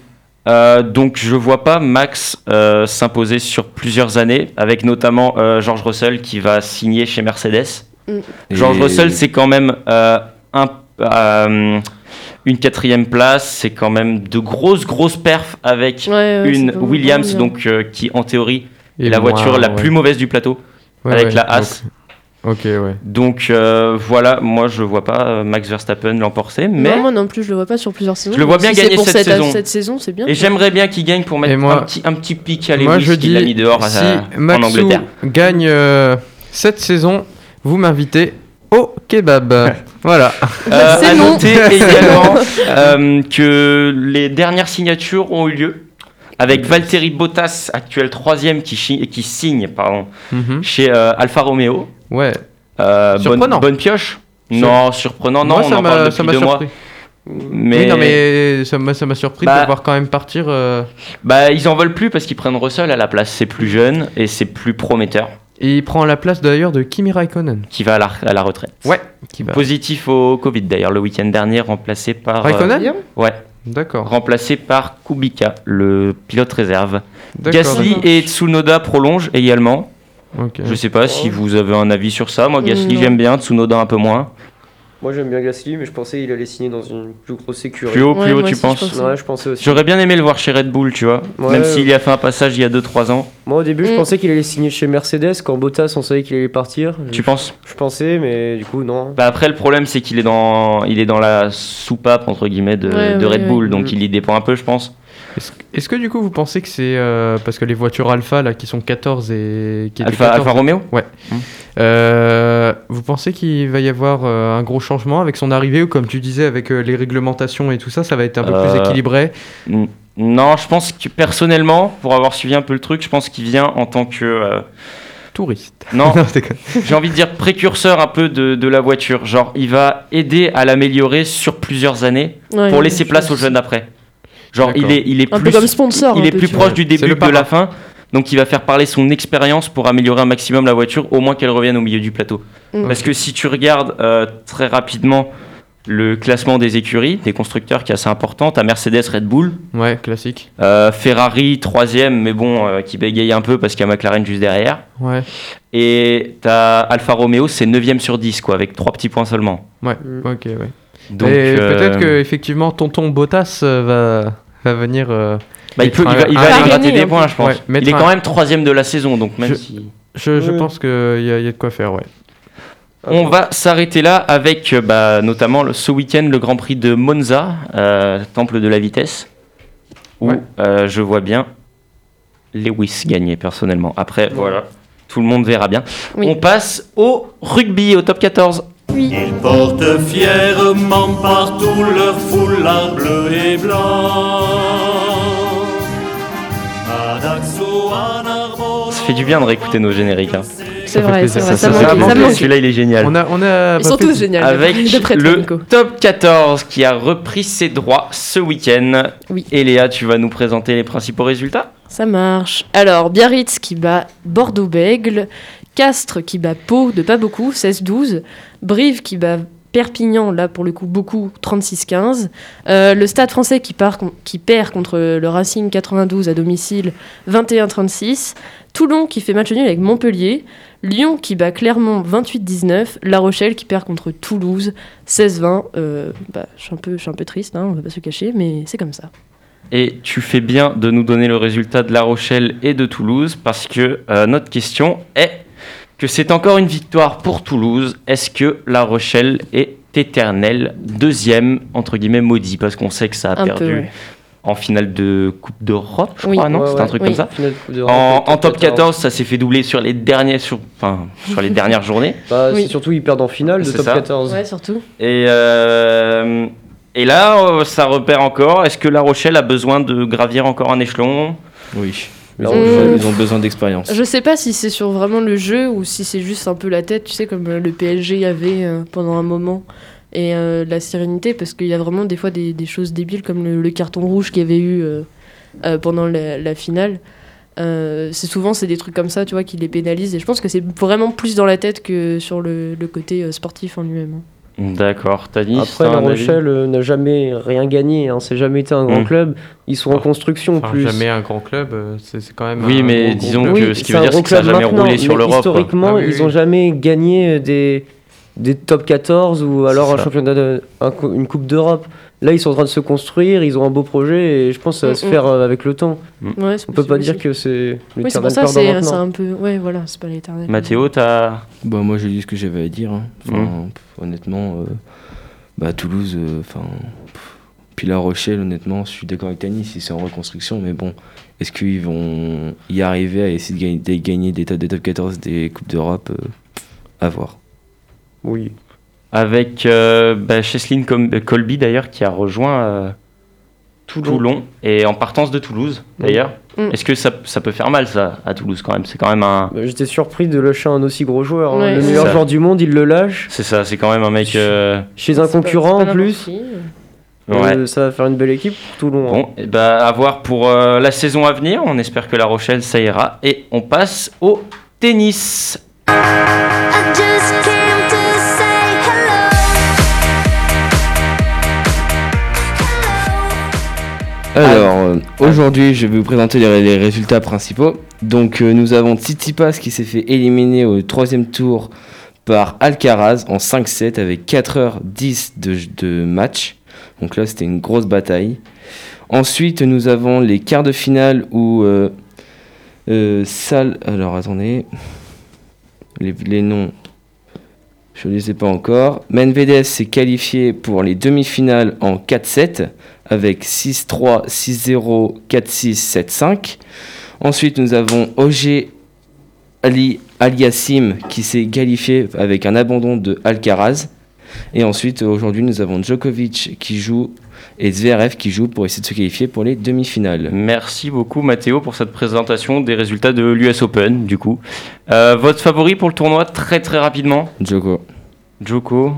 S4: Euh, donc je vois pas Max euh, s'imposer sur plusieurs années, avec notamment euh, George Russell qui va signer chez Mercedes.
S7: Mmh.
S4: George
S8: Et-
S4: Russell, c'est quand même euh, un- euh, une quatrième place, c'est quand même de grosses grosses perfs avec
S7: Ouais, ouais, c'est
S4: une
S7: pas-
S4: Williams,
S7: pas bien.
S4: donc euh, qui en théorie
S6: Et
S4: est la
S6: moi,
S4: voiture la
S6: ouais.
S4: plus mauvaise du plateau.
S6: Ouais,
S4: avec
S6: ouais,
S4: la
S6: donc-
S4: As.
S6: Ok, ouais.
S4: Donc euh, voilà, moi je vois pas euh, Max Verstappen l'emporter, mais
S7: Non, moi non plus, je le vois pas sur plusieurs saisons.
S4: Je le vois
S7: Donc,
S4: bien
S7: si c'est
S4: gagner
S7: pour
S4: cette saison.
S7: Cette saison, c'est bien.
S4: et j'aimerais bien qu'il gagne pour
S6: Et
S4: mettre
S6: moi-
S4: un petit un petit pic à Lewis
S6: Moi, je
S4: qui l'a mis
S6: dis,
S4: dehors à-
S6: si
S4: en
S6: Maxou
S4: Angleterre.
S6: gagne euh, cette saison, vous m'invitez au kebab. voilà.
S4: Euh,
S7: C'est
S4: à
S7: non.
S4: noter
S6: Bah, C'est
S4: également euh, que les dernières signatures ont eu lieu. Avec Valtteri Bottas, actuel troisième, qui, chi- qui signe pardon,
S6: Mhm.
S4: chez euh, Alfa Romeo.
S6: Ouais.
S4: Euh, bonne-
S6: Surprenant.
S4: Bonne, pioche.
S6: Sur-
S4: Non, surprenant, non,
S6: Moi,
S4: on
S6: ça
S4: en
S6: m'a-
S4: parle
S6: ça
S4: depuis
S6: m'a
S4: deux mois.
S6: surpris.
S4: Mais,
S6: Oui, non, mais ça m'a ça m'a surpris
S4: Bah-
S6: de voir quand même partir. euh,
S4: bah, ils en veulent plus parce qu'ils prennent Russell à la place. C'est plus jeune et c'est plus prometteur
S6: Et il prend la place d'ailleurs de Kimi Raikkonen.
S4: qui va à la, à la retraite.
S6: Ouais. Qui va.
S4: Positif au Covid d'ailleurs, le week-end dernier, remplacé par. euh,
S6: Raikkonen
S4: ouais,
S6: D'accord.
S4: remplacé par Kubica, le pilote réserve.
S6: d'accord,
S4: Gasly
S7: d'accord.
S4: et Tsunoda prolongent également.
S6: d'accord. Ok.
S4: Je sais pas si vous avez un avis sur ça. Moi, Gasly,
S7: Oh. Non.
S4: j'aime bien. Tsunoda, un peu moins.
S5: Moi j'aime bien Gasly, mais je pensais qu'il allait signer dans une plus grosse écurie.
S4: Plus haut, plus
S7: Ouais,
S4: haut,
S7: moi
S4: tu
S7: aussi, je
S4: penses
S7: pense.
S5: Ouais, je pensais aussi.
S4: J'aurais bien aimé le voir chez Red Bull, tu vois.
S5: Ouais.
S4: Même s'il y a fait un passage il y a 2-3 ans.
S5: Moi au début, je
S7: Mm.
S5: pensais qu'il allait signer chez Mercedes quand Bottas, on savait qu'il allait partir.
S4: Tu penses
S5: Je pensais, mais du coup, non.
S4: Bah, Après, le problème, c'est qu'il est dans, il est dans la soupape, entre guillemets, de,
S7: Ouais,
S4: de
S7: ouais,
S4: Red
S7: ouais.
S4: Bull. Donc,
S6: Mm.
S4: il y dépend un peu, je pense.
S6: Est-ce est-ce que du coup vous pensez que c'est euh, parce que les voitures Alpha là qui sont 14 et qui étaient
S4: Alpha,
S6: 14,
S4: Alpha Romeo
S6: euh, vous pensez qu'il va y avoir euh, un gros changement avec son arrivée ou comme tu disais avec euh, les réglementations et tout ça ça va être un peu plus
S4: Euh,
S6: équilibré
S4: Non, je pense que personnellement, pour avoir suivi un peu le truc, je pense qu'il vient en tant que. euh,
S6: touriste.
S4: Non,
S6: Non, je déconne.
S4: j'ai envie de dire précurseur un peu de, de la voiture. Genre, il va aider à l'améliorer sur plusieurs années
S7: Ouais,
S4: pour
S7: ouais,
S4: laisser
S7: je
S4: place aux
S7: pense.
S4: jeunes d'après. Genre, il
S6: D'accord.
S4: est, il est
S7: Un
S4: plus,
S7: peu comme sponsor.
S4: il
S7: un
S4: est
S7: peu,
S4: plus
S7: tu
S4: proche
S7: vois.
S4: du
S6: le
S4: début que de
S6: parrain.
S4: la fin. Donc, il va faire parler son expérience pour améliorer un maximum la voiture, au moins qu'elle revienne au milieu du plateau.
S7: Mm.
S4: Parce que si tu regardes euh, très rapidement le classement des écuries, des constructeurs qui est assez important, t'as Mercedes, Red Bull,
S6: Ouais, classique.
S4: euh, Ferrari troisième, mais bon, euh, qui bégaye un peu parce qu'il y a McLaren juste derrière.
S6: Ouais.
S4: Et t'as Alfa Romeo, c'est 9ème sur 10, quoi, avec 3 petits points seulement.
S6: Ouais.
S5: Mm.
S6: OK, ouais.
S4: Donc,
S6: et
S4: euh,
S6: peut-être que effectivement tonton Bottas euh, va va venir euh,
S4: bah, il, peut- il va, il va
S6: Faire
S4: aller gratter
S7: gagner,
S4: des
S7: un
S4: points, je pense.
S6: Ouais, mettre
S4: il est
S6: un-
S4: quand même 3ème de la saison, donc même
S6: Je-
S4: si.
S6: je, je
S5: Ouais.
S6: pense qu'il y, a- y a de quoi faire, ouais.
S4: On va s'arrêter là avec euh, bah, notamment le- ce week-end le Grand Prix de Monza, euh, Temple de la Vitesse, où
S6: Ouais.
S4: euh, je vois bien Lewis gagner personnellement. Après, voilà, tout le monde verra bien.
S7: Oui.
S4: On passe au rugby, au top 14.
S9: Ils portent fièrement partout leur foulard bleu et blanc. Adaxo, Anarmo,
S4: Ça fait du bien de réécouter nos génériques. hein.
S6: fait
S7: C'est vrai,
S6: plaisir,
S7: c'est vrai.
S6: ça, ça,
S7: Ça
S6: ça
S7: manque-
S6: manque.
S7: ça manque.
S4: Celui-là, il est génial.
S6: On a on a
S7: Ils
S6: pas
S7: sont
S6: fait-
S7: tous géniaux.
S4: Avec
S7: d'après toi,
S4: le
S7: Nico.
S4: top 14 qui a repris ses droits ce week-end.
S7: Oui.
S4: Et Léa, tu vas nous présenter les principaux résultats
S7: Ça marche. Alors, Biarritz qui bat Bordeaux-Bègle, Castres qui bat Pau de pas beaucoup, 16-12, Brive qui bat Perpignan, là pour le coup beaucoup, 36-15, Euh, le Stade français qui, part con- qui perd contre le Racing 92 à domicile, 21-36, Toulon qui fait match nul avec Montpellier, Lyon qui bat Clermont 28-19, La Rochelle qui perd contre Toulouse 16-20. Euh, bah, je suis un, peu- je suis un peu triste, hein, on va pas se cacher, mais c'est comme ça.
S4: Et tu fais bien de nous donner le résultat de La Rochelle et de Toulouse parce que euh, notre question est que c'est encore une victoire pour Toulouse. Est-ce que La Rochelle est éternelle deuxième, entre guillemets, maudit Parce qu'on sait que ça a
S7: Un
S4: perdu
S7: peu, ouais.
S4: en finale de Coupe d'Europe, je
S7: Oui.
S4: crois, non
S5: Ouais,
S4: C'est
S5: ouais.
S4: un truc
S7: Oui.
S4: comme ça
S5: Finale de Coupe d'Europe,
S4: Bah, En, en top 14, ça s'est fait doubler sur les, derniers, sur, enfin, sur les dernières journées.
S5: Bah,
S7: Oui.
S5: c'est surtout, ils perdent en finale de
S4: C'est
S5: top
S4: ça.
S5: 14.
S7: Ouais, surtout.
S4: Et, euh, et là, euh, ça repère encore. Est-ce que La Rochelle a besoin de gravir encore un échelon
S8: Oui. Ils
S5: La
S8: ont,
S7: Rochelle.
S5: euh,
S8: ils ont besoin d'expérience.
S7: Euh, Je sais pas si c'est sur vraiment le jeu ou si c'est juste un peu la tête, tu sais, comme euh, le PSG avait euh, pendant un moment. Et euh, la sérénité, parce qu'il y a vraiment des fois des, des choses débiles comme le, le carton rouge qu'il y avait eu euh, euh, pendant la, la finale. Euh, c'est souvent c'est des trucs comme ça, tu vois, qui les pénalisent. Et je pense que c'est vraiment plus dans la tête que sur le, le côté euh, sportif en lui-même. hein.
S4: D'accord, Tanis.
S5: Après,
S4: t'as
S5: La
S4: un hein, avis
S5: Rochelle euh, n'a jamais rien gagné. Hein. C'est jamais été un grand
S4: Mm.
S5: club. Ils sont en
S6: Enfin,
S5: construction en
S6: Enfin,
S5: plus.
S6: jamais un grand club, euh, c'est c'est quand même.
S4: Oui,
S6: un
S4: mais
S6: gros
S4: disons
S6: groupe.
S4: que
S5: Oui,
S4: euh, ce qui veut
S5: c'est un
S4: dire, c'est
S5: gros
S4: que ça n'a
S5: club
S4: jamais
S5: maintenant,
S4: roulé sur
S5: mais
S4: l'Europe, quoi.
S5: Historiquement,
S6: Ah oui,
S5: ils
S6: oui.
S5: n'ont jamais gagné euh, des, des top 14 ou alors
S6: C'est
S5: un
S6: ça.
S5: championnat, de- un cou- une Coupe d'Europe. Là, ils sont en train de se construire, ils ont un beau projet et je pense que ça va se
S7: Mm, mm.
S5: faire euh, avec le temps.
S7: Ouais, c'est
S5: On peut
S7: possible
S5: pas
S7: aussi.
S5: dire que c'est
S7: Oui, c'est
S5: l'éternel
S7: pour ça,
S5: perdant
S7: c'est c'est
S5: maintenant.
S7: un peu. Ouais, voilà, c'est pas l'éternel.
S4: Mathéo, t'as.
S8: Bah, moi, j'ai dit ce que j'avais à dire. hein. Enfin,
S4: Hmm.
S8: pff, honnêtement, euh, bah, Toulouse, euh, enfin. pff. puis La Rochelle, honnêtement, je suis d'accord avec Tanis, si c'est en reconstruction, mais bon, est-ce qu'ils vont y arriver à essayer de gagner, de gagner des, top, des top 14 des Coupes d'Europe euh, À voir.
S5: Oui.
S4: Avec euh, bah, Cheslin Com- euh, Colby d'ailleurs qui a rejoint euh, Toulon. et en partance de Toulouse d'ailleurs.
S5: Hmm.
S7: Mm.
S4: Est-ce que ça, ça peut faire mal ça à Toulouse quand même C'est quand même un.
S5: Bah, J'étais surpris de lâcher un aussi gros joueur. hein.
S7: Ouais,
S5: le
S7: c'est
S5: meilleur
S4: ça.
S5: joueur du monde, il le lâche.
S4: C'est ça, c'est quand même un mec. euh,
S5: Chez un
S7: C'est pas-
S5: concurrent
S7: c'est pas
S5: en
S7: n'importe
S5: plus.
S7: qui.
S4: Ouais.
S5: Euh, ça va faire une belle équipe pour Toulon. hein.
S4: Bon, et bah, à voir pour euh, la saison à venir. On espère que La Rochelle ça ira et on passe au tennis.
S8: Alors, euh, aujourd'hui, je vais vous présenter les, les résultats principaux. Donc, euh, nous avons Tsitsipas qui s'est fait éliminer au troisième tour par Alcaraz en 5-7 avec 4h10 de, de match. Donc là, c'était une grosse bataille. Ensuite, nous avons les quarts de finale où euh, euh, Sal... Alors, attendez. Les, les noms, je ne les ai pas encore. Menvedes s'est qualifié pour les demi-finales en 4-7 avec 6-3, 6-0, 4-6, 7-5. Ensuite, nous avons OG Ali Aliassim qui s'est qualifié avec un abandon de Alcaraz. Et ensuite, aujourd'hui, nous avons Djokovic qui joue et Zverev qui joue pour essayer de se qualifier pour les demi-finales.
S4: Merci beaucoup Mathéo pour cette présentation des résultats de l'US Open du coup. Euh, votre favori pour le tournoi très très rapidement
S8: Djoko.
S4: Joko.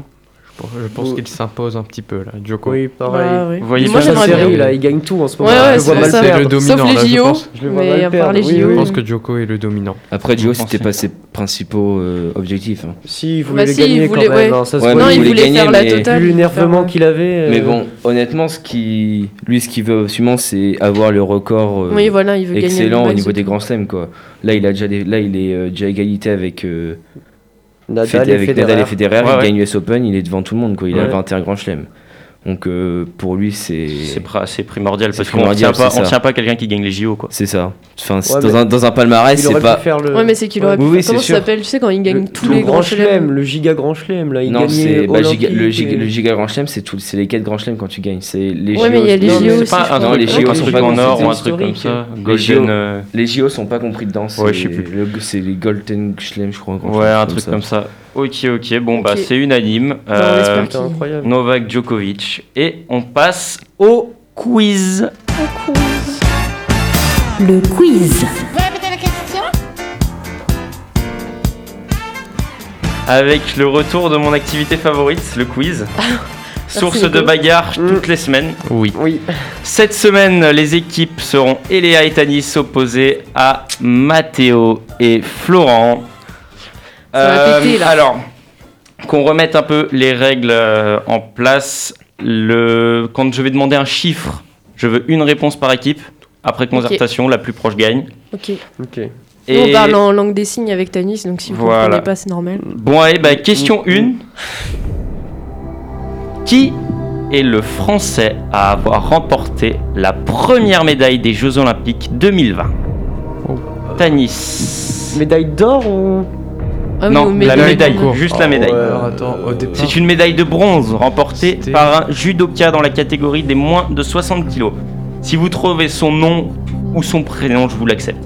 S6: Bon, Je pense qu'il s'impose un petit peu là, Djoko.
S5: Oui, pareil.
S7: Bah, ouais.
S4: Vous voyez
S5: Ils
S7: Moi,
S5: sont
S4: pas
S5: en
S7: j'aimerais
S5: série,
S7: bien.
S5: là, ils gagnent tout en ce
S7: Ouais,
S5: moment.
S7: Ah ouais,
S5: je
S7: c'est
S5: vois mal
S7: ça.
S6: C'est
S5: perdre.
S6: le dominant,
S7: Sauf les
S6: là, je
S7: JO.
S6: pense.
S5: Je le vois
S7: Mais
S5: mal
S7: à part
S5: perdre,
S7: les
S5: oui,
S7: JO.
S5: oui.
S6: Je pense que Djoko est le dominant.
S8: Après,
S4: Vous
S8: Djo, c'était
S4: pensez-
S8: pas ses principaux euh, objectifs. hein.
S5: Si, il
S7: Bah
S5: voulait le
S7: si, il
S5: gagner
S7: voulait-
S5: quand même.
S7: ouais.
S5: hein, ça se
S8: Ouais,
S5: voit.
S7: non,
S8: mais
S7: il
S8: il
S7: voulait
S8: voulait
S7: faire
S8: gagner,
S7: la
S8: mais-
S7: totale.
S5: Vu l'énervement qu'il avait. euh,
S8: Mais bon, honnêtement, ce qui... lui, ce qu'il veut absolument, c'est avoir le record euh,
S7: Oui, voilà, il veut gagner.
S8: excellent
S7: le
S8: au
S7: max.
S8: niveau des grands slams. Quoi. Là, il, a déjà des- là, il est euh, déjà à égalité avec, euh,
S5: Nadal
S8: Fed-
S5: et
S8: avec Nadal et
S5: Federer.
S8: Federer.
S4: Ouais,
S8: il
S4: ouais.
S8: gagne l'US Open, il est devant tout le monde. Quoi. Il a
S5: Ouais.
S8: 21 grands chelems. Donc euh, pour lui, c'est.
S4: C'est pra- c'est primordial
S8: C'est
S4: parce qu'on ne
S8: primordial,
S4: tient pas,
S8: c'est
S4: on
S8: ça.
S4: tient pas quelqu'un qui gagne les JO quoi.
S8: C'est ça. Enfin, c'est
S5: Ouais,
S8: dans,
S5: mais-
S8: un, dans un palmarès,
S5: Il
S8: c'est
S5: aurait
S8: pas.
S5: pu faire le.
S7: Ouais, mais c'est qu'il
S8: Oui,
S7: aurait pu-
S8: oui,
S7: Comment
S8: c'est
S7: ça
S8: sûr.
S7: s'appelle Tu sais, quand il gagne
S5: le-
S7: tous
S5: le
S7: les
S5: grand
S7: grands
S5: chelem,
S7: chelems.
S5: le giga grand chelem là, il
S8: Non,
S5: gagnait
S8: c'est bah,
S5: olympique.
S8: giga- le, giga,
S5: et-
S8: le giga grand chelem, c'est tout- c'est les 4 grands chelems quand tu gagnes. C'est les
S7: Ouais, mais il y a les
S8: non,
S7: JO
S8: mais
S7: aussi,
S4: C'est pas un
S7: je
S8: crois.
S4: truc,
S8: Non, les
S4: un
S8: JO
S4: truc
S8: sont
S4: en
S8: pas
S4: or ou un
S8: considérés
S4: truc comme ça.
S5: historiques.
S8: Les JO.
S4: Golden. euh,
S8: Les JO sont pas compris dedans. c'est-
S4: Ouais, je sais plus.
S8: le- C'est les golden chelem, je crois. grand
S4: Ouais,
S8: chelem,
S4: un truc comme ça. Ok, ok. Bon, bah
S7: Ok.
S4: c'est unanime.
S7: on
S4: Euh,
S7: espère
S5: C'est incroyable.
S4: Novak Djokovic. Et on passe au quiz.
S1: Le quiz.
S4: Avec le retour de mon activité favorite, le quiz. Source de
S7: Nico.
S4: bagarre
S5: Mm.
S4: toutes les semaines.
S6: Oui.
S5: Oui,
S4: Cette semaine, les équipes seront Eléa et Tanis opposées à Mathéo et Florent. Euh,
S7: Ça va péter, là.
S4: Alors, qu'on remette un peu les règles euh, en place. Le... Quand je vais demander un chiffre, je veux une réponse par équipe. Après concertation, la plus proche gagne.
S7: Ok.
S5: ok.
S7: Nous, on parle en langue des signes avec Tanis, donc si vous ne
S4: Voilà.
S7: comprenez pas, c'est normal.
S4: Bon, allez, bah, question 1. Qui est le Français à avoir remporté la première médaille des Jeux Olympiques 2020
S6: Oh.
S4: Tanis.
S5: Médaille d'or ou
S7: Ah oui,
S4: non,
S7: aux
S4: la
S7: médailles.
S4: médaille,
S6: concours.
S4: juste la
S5: Oh,
S4: médaille.
S5: ouais.
S6: Alors attends, au départ.
S4: C'est une médaille de bronze remportée
S6: C'était-
S4: par un judoka dans la catégorie des moins de 60 kilos. Si vous trouvez son nom ou son prénom, je vous l'accepte.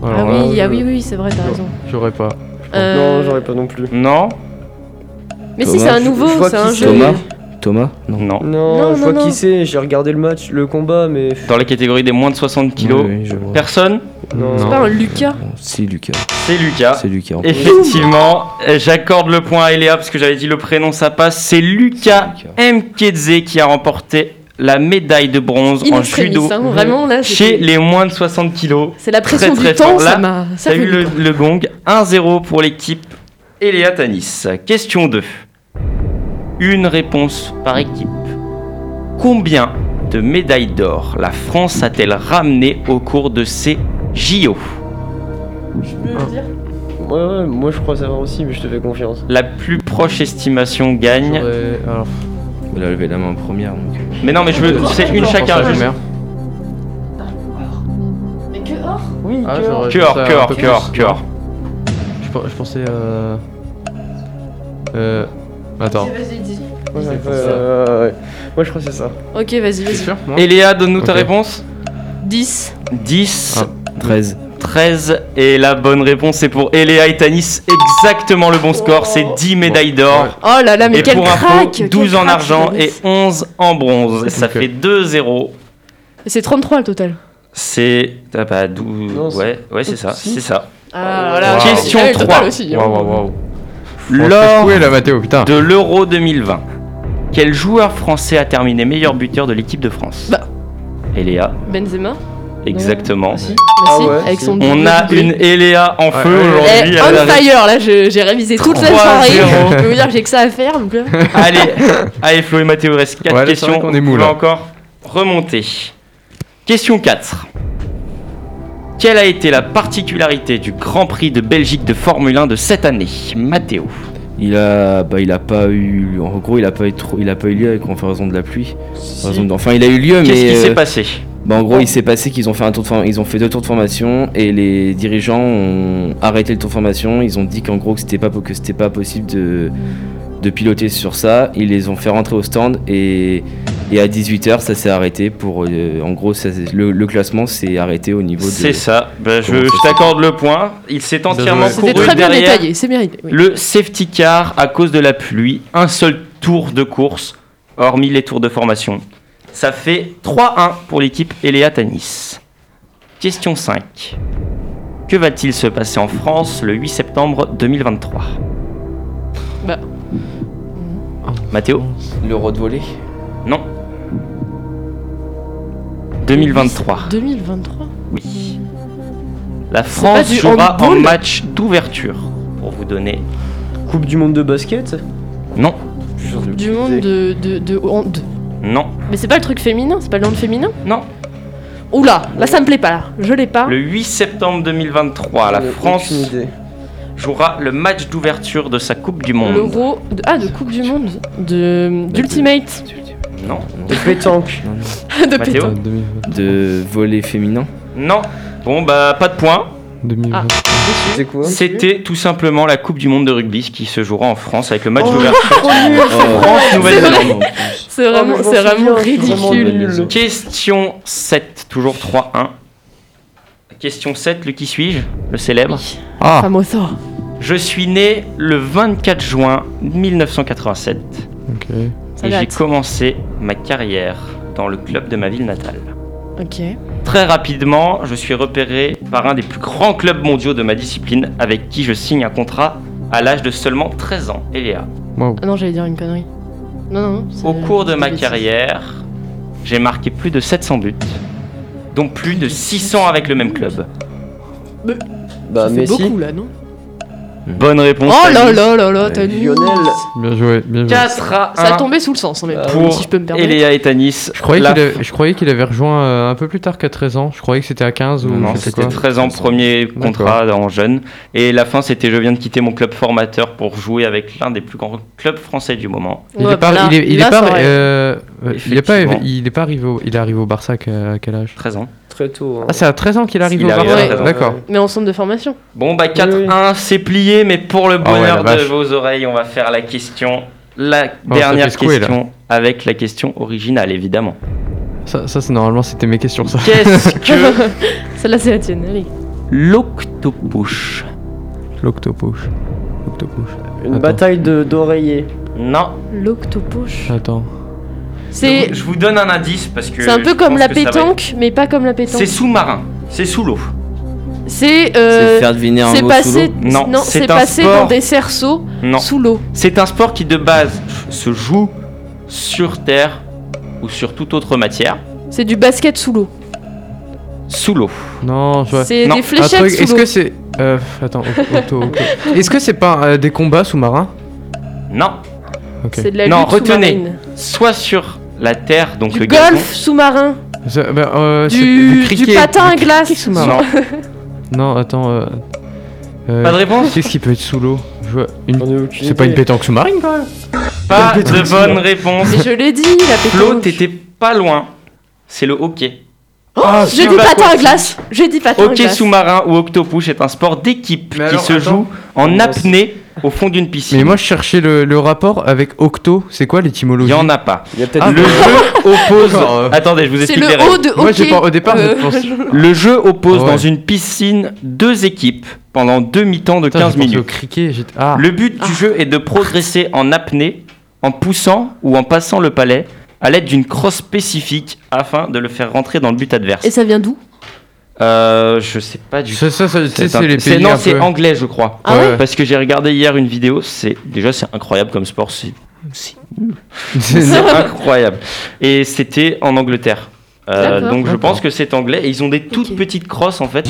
S7: Ah
S6: Alors là,
S7: oui, ah oui, oui, c'est vrai, t'as raison.
S6: j'aurais pas.
S7: Euh,
S5: Non, j'aurais pas non plus.
S4: Non
S7: Mais si,
S8: Thomas,
S7: c'est un
S8: je-
S5: je
S7: nouveau,
S5: vois
S7: c'est
S5: qui
S7: un
S5: c'est.
S7: jeu.
S8: Thomas Thomas Non.
S4: Non.
S5: Non,
S7: Non,
S5: je
S7: non,
S5: vois
S7: non.
S5: qui c'est, j'ai regardé le match, le combat, mais
S4: Dans la catégorie des moins de 60 kilos.
S8: Oui, oui, je vois.
S4: Personne
S5: non.
S7: C'est
S6: Non.
S7: pas un Lucas.
S8: Bon, C'est Lucas.
S4: C'est Lucas.
S8: C'est Lucas. en fait.
S4: Effectivement, euh, j'accorde le point à Eléa parce que j'avais dit le prénom ça passe. C'est Lucas
S8: C'est
S4: Mkedze qui a remporté la médaille de bronze
S7: In
S4: en
S7: extremis,
S4: judo
S7: hein, vraiment, là,
S4: chez
S7: c'était-
S4: les moins de 60 kilos.
S7: C'est la pression
S4: très, très
S7: du temps,
S4: fort. Là,
S7: ça m'a. ça
S4: T'as eu
S7: fait
S4: le,
S7: du temps.
S4: le gong 1-0 pour l'équipe Eléa Tanis. Question 2. Une réponse par équipe. Combien de médailles d'or la France a-t-elle ramené au cours de ces JO
S5: Ouais, ouais, moi je crois savoir aussi, mais je te fais confiance.
S4: La plus proche estimation gagne.
S6: J'aurais- alors,
S8: Il a levé la main en première. donc. euh,
S4: Mais non, mais je veux. C'est une
S6: je pense
S4: chacun.
S6: à
S4: juste.
S6: Homer.
S7: Mais que or
S5: Oui,
S6: Ah,
S5: que-
S6: j'aurais
S4: Que
S6: pensé
S4: hors,
S6: à
S4: que
S6: un
S4: hors,
S6: peu
S4: que
S6: plus.
S4: hors, que hors.
S6: Je, pe- je pensais. Euh... euh, Attends.
S7: Vas-y, dis.
S5: Ouais, ouais, ouais, ouais. Moi je crois que c'est ça.
S7: Ok, vas-y,
S6: T'es
S7: vas-y.
S6: sûr moi
S4: Eléa, donne-nous ta
S6: Ok.
S4: réponse.
S7: 10.
S4: 10,
S6: Ah.
S8: 13.
S4: 13 et la bonne réponse c'est pour Eléa et Tanis. Exactement le bon score, c'est
S6: Oh.
S4: 10 médailles d'or.
S7: Oh là
S6: Ah,
S7: là, mais
S4: Et
S7: quel
S4: pour
S7: crack
S4: info,
S7: quel
S4: 12 en
S7: crack,
S4: argent
S7: Johannes.
S4: et 11 en bronze. Et ça
S6: Ok.
S4: fait 2-0.
S7: Et C'est 33 le total.
S4: C'est. Ah bah, 12.
S5: Non, c'est-
S4: ouais, ouais, c'est ça.
S5: Si.
S4: C'est ça.
S7: Ah,
S6: Wow.
S7: j'ai-
S4: Question
S7: ah, le total
S4: 3.
S7: aussi, hein.
S6: Waouh, waouh, waouh.
S4: Lors
S6: Où est la Mathéo, putain
S4: de l'Euro 2020, quel joueur français a terminé meilleur buteur de l'équipe de France
S7: Bah.
S4: Eléa,
S7: Benzema
S4: exactement.
S7: Bah si,
S5: Ah ouais,
S7: avec
S5: si.
S7: son
S4: On a
S7: doublé.
S4: une Eléa en
S6: Ouais,
S4: feu
S6: ouais.
S7: Eh,
S4: aujourd'hui. elle
S7: on
S4: a-
S7: fire là, je- j'ai révisé toute la soirée.
S4: 3-0.
S7: Je peux vous dire que j'ai que ça à faire. donc euh, là.
S4: Allez, allez Flo et Mathéo, il reste 4
S6: Ouais, là, c'est
S4: questions.
S6: vrai qu'on est
S4: On
S6: mou,
S4: va
S6: là.
S4: encore remonter. Question 4. Quelle a été la particularité du Grand Prix de Belgique de Formule 1 de cette année Mathéo.
S8: Il a, bah, il a pas eu, en gros, il a pas eu trop, il a pas eu lieu avec en raison de la pluie. En raison de- enfin, il a eu lieu, mais
S4: Qu'est-ce qui s'est
S8: euh,
S4: passé
S8: bah, en gros, il s'est passé qu'ils ont fait un tour de form- ils ont fait deux tours de formation et les dirigeants ont arrêté le tour de formation. Ils ont dit qu'en gros que c'était pas po- que c'était pas possible de de piloter sur ça. Ils les ont fait rentrer au stand et et à 18h, ça s'est arrêté pour, euh, en gros, ça s'est- le, le classement s'est arrêté au niveau de.
S4: C'est ça. Bah, je
S8: Comment ça
S4: je
S8: se
S4: t'accorde le point. Il s'est entièrement
S6: joué.
S7: C'était
S4: couru
S7: très bien
S4: derrière
S7: détaillé, c'est mérité. oui.
S4: le safety car à cause de la pluie. Un seul tour de course, hormis les tours de formation. Ça fait 3-1 pour l'équipe Eléa Tanis. Question 5. Que va-t-il se passer en France le 8 septembre 2023
S7: Bah.
S4: Mathéo
S8: L'euro de volée.
S4: Non. 2023.
S7: 2023
S4: Oui. La
S7: pas
S4: France
S7: du
S4: jouera en
S7: handball
S4: match d'ouverture. Pour vous donner.
S5: Coupe du monde de basket
S4: Non,
S5: Je suis sûr de-
S7: Du monde de. de, de, en- de-
S4: non,
S7: Mais c'est pas le truc féminin, c'est pas le nom de féminin
S4: non.
S7: Oula, là ça me plaît pas là, je l'ai pas.
S4: Le 8 septembre 2023, la
S5: J'en ai
S4: France
S5: aucune idée.
S4: jouera le match d'ouverture de sa Coupe du Monde.
S7: L'euro. de- Ah, de Coupe du Monde. de D'Ultimate.
S4: Non,
S5: De pétanque.
S7: De
S4: Mathéo
S7: pétanque.
S8: De volet féminin.
S4: non. Bon, bah, pas de point.
S6: 2020.
S5: C'était quoi
S4: C'était tout simplement la Coupe du Monde de rugby qui se jouera en France avec le
S5: Oh,
S4: match d'ouverture.
S8: France,
S7: Nouvelle-Zélande. C'est vraiment,
S5: Oh,
S7: c'est vraiment
S5: mais je m'en souviens, je suis vraiment
S7: ridicule.
S5: nul.
S4: Question 7, toujours 3-1. Question 7, le qui suis-je Le célèbre.
S6: Ah
S7: Famoso.
S4: Je suis né le 24 juin 1987
S6: Ok.
S7: Ça
S4: et j'ai
S7: date.
S4: commencé ma carrière dans le club de ma ville natale.
S7: Ok.
S4: Très rapidement, je suis repéré par un des plus grands clubs mondiaux de ma discipline avec qui je signe un contrat à l'âge de seulement 13 ans. Eléa.
S7: Ah non, j'allais dire une connerie. Non, non, non. c'est-
S4: Au cours de
S7: c'est
S4: ma
S7: bêtise.
S4: carrière, j'ai marqué plus de 700 buts, dont plus de 600 avec le même club.
S5: Bah
S7: Ça fait
S5: Messi.
S7: beaucoup là, non
S6: Mhm.
S4: Bonne réponse.
S7: Oh là
S4: Alice.
S7: là là là, t'as une
S5: Lionel.
S6: Bien joué, bien joué.
S4: 4 à 1.
S7: Ça a tombé sous le sens, hein, mais
S4: Pour
S7: si je peux me permettre.
S4: Eléa et Tanis.
S6: Je croyais,
S4: La-
S6: qu'il avait, je croyais qu'il avait rejoint euh, un peu plus tard qu'à 13 ans. Je croyais que c'était à 15 ou
S4: Non,
S6: je sais
S4: c'était
S6: quoi.
S4: 13 ans, premier contrat en jeune. Et la fin, c'était je viens de quitter mon club formateur pour jouer avec l'un des plus grands clubs français du moment.
S6: Il
S7: Ouais, bah
S6: est pas,
S7: là-
S6: il est, il est
S7: là,
S6: pas,
S7: ça aurait-
S6: euh, euh, il est pas,
S4: Effectivement.
S6: il est pas arrivé, au, il est arrivé au Barça à, à quel âge
S4: 13 ans.
S5: Très tôt. hein.
S6: Ah, c'est à 13 ans qu'il arrive
S4: Il
S6: au
S4: arrive
S7: à
S6: Barça.
S4: 13 ans.
S6: D'accord.
S7: Mais en centre de formation.
S4: Bon, bah 4-1,
S5: Oui, oui.
S4: c'est plié, mais pour le
S6: Ah ouais, la
S4: bonheur de
S6: vache. Oh,
S4: vos oreilles, on va faire la question, la
S6: ça
S4: dernière
S6: fait secouer, là.
S4: question, avec la question originale, évidemment.
S6: Ça, ça c'est normalement c'était mes questions. Ça.
S4: Qu'est-ce que
S7: Celle-là, c'est la tienne, allez.
S4: l'octopouche
S6: L'octopouche. L'octopouche.
S5: Une
S6: Attends.
S5: bataille de- d'oreillers.
S4: Non,
S7: L'octopoche.
S6: Attends.
S7: C'est
S4: je vous donne un indice parce que.
S7: c'est un peu
S4: je
S7: comme
S4: pense
S7: la
S4: que ça va
S7: pétanque, mais pas comme la
S4: être- C'est
S7: pétanque.
S4: sous-marin, c'est sous l'eau.
S7: C'est
S8: C'est
S7: euh,
S8: faire deviner un
S7: c'est
S8: mot sous
S7: passé
S8: l'eau.
S4: Non, c'est
S7: c'est
S4: un
S7: passé
S4: sport.
S7: dans des cerceaux
S4: Non.
S7: sous l'eau.
S4: C'est un sport qui de base se joue sur terre ou sur toute autre matière
S7: C'est du basket sous l'eau.
S4: sous l'eau.
S6: Non, je vois.
S7: C'est
S4: Non,
S7: des
S4: un
S6: Un
S7: fléchettes
S6: truc,
S7: sous
S6: Est-ce
S7: l'eau.
S6: que c'est. euh, attends, auto, auto. Est-ce que c'est pas euh, des combats sous-marins
S4: Non,
S6: Ok.
S7: C'est de la
S4: Non,
S7: lutte
S4: retenez.
S7: sous-marine.
S4: soit sur la terre, donc
S7: Du
S4: le gazon.
S7: golf sous-marin.
S6: C'est- bah, euh, c'est
S7: Du, du
S6: cricket.
S7: patin à glace sous-marin.
S4: Non,
S6: Non, attends. euh, euh,
S4: pas de réponse
S6: Qu'est-ce qui peut être sous l'eau Je vois une-
S5: J'en ai aucune
S6: C'est pas une
S5: idée.
S6: pétanque sous-marine quand même
S4: Pas de bonne réponse.
S7: Mais je l'ai dit, la
S4: Flo,
S7: pétanque.
S4: t'étais pas loin. C'est le hockey.
S6: Ah,
S7: J'ai
S4: sur
S7: dit
S4: la
S7: Oh, patin à
S4: côte.
S7: glace. J'ai dit patin à
S4: Hockey
S7: glace.
S4: sous-marin ou octopouche est un sport d'équipe qui
S6: Mais alors,
S4: se
S6: attends.
S4: joue en
S5: Moi aussi.
S4: apnée au fond d'une piscine.
S6: Mais moi je cherchais le, le rapport avec octo, c'est quoi
S4: il
S6: l'étymologie
S4: n'y en a euh, pas.
S5: Il y a peut-être
S6: Ah, Le jeu oppose.
S4: Pause. Attendez, je vous
S7: C'est
S4: explique les
S7: le
S4: règles.
S7: haut de hockey.
S6: Moi j'ai pas au départ,
S7: euh,
S6: je pensais-
S4: Le jeu oppose
S6: Ah ouais.
S4: dans une piscine deux équipes pendant deux mi-temps de
S6: Putain,
S4: 15
S6: j'ai pensé au
S4: minutes.
S6: cricket, j'étais- Ah,
S4: Le but du jeu est de progresser en apnée en poussant ou en passant le palais à l'aide d'une crosse spécifique afin de le faire rentrer dans le but adverse.
S7: Et ça vient d'où
S4: Euh, je sais pas du tout.
S6: ça, ça, ça, tu sais,
S4: un-
S6: c'est les pays.
S4: non,
S6: un
S4: c'est
S6: peu-
S4: anglais, je crois.
S7: Ah ouais
S4: Parce que j'ai regardé hier une vidéo. C'est déjà c'est incroyable comme sport. C'est c'est
S6: C'est-
S4: C'est incroyable. Et c'était en Angleterre. Euh,
S7: D'accord.
S4: donc je
S6: D'accord.
S4: pense que c'est anglais. Et ils ont des toutes
S7: Ok.
S4: petites crosses en fait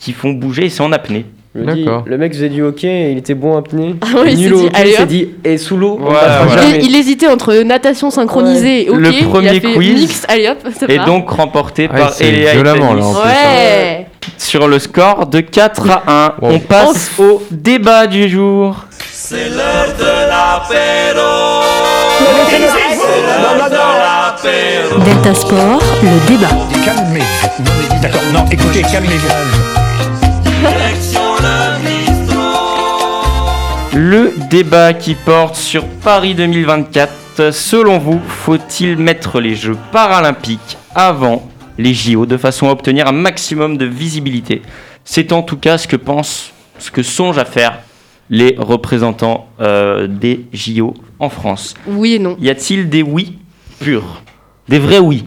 S4: qui font bouger et c'est en apnée.
S5: Je me dis,
S6: D'accord.
S5: le mec faisait du hockey, et il était bon à apnée.
S7: Ah ouais, il s'est dit,
S5: Nul au hockey,
S7: allez,
S5: il s'est
S7: hop.
S5: dit, et sous l'eau, on
S4: Voilà,
S5: passera
S4: Ah, voilà.
S5: jamais.
S7: il, il hésitait entre natation synchronisée et
S4: Le
S7: hockey. il
S4: premier
S7: a fait
S4: quiz.
S7: Mix, allez hop, ça
S4: Et
S7: part.
S4: donc remporté
S6: Ah,
S4: par
S6: c'est
S4: Elia
S6: violemment, là,
S4: Itanis
S6: en plus. hein.
S7: Ouais.
S4: sur le score de 4 à 1.
S6: Wow.
S4: On passe au débat du jour.
S9: C'est l'heure de l'apéro.
S1: Delta Sport, le débat.
S2: Calmez-vous. D'accord, non, écoutez, calmez-vous.
S9: Direction le bistrot.
S4: Le débat qui porte sur Paris 2024. Selon vous, faut-il mettre les Jeux paralympiques avant les JO de façon à obtenir un maximum de visibilité C'est en tout cas ce que pensent, ce que songent à faire les représentants euh, des JO en France.
S7: Oui et non.
S4: Y a-t-il des oui purs Des vrais oui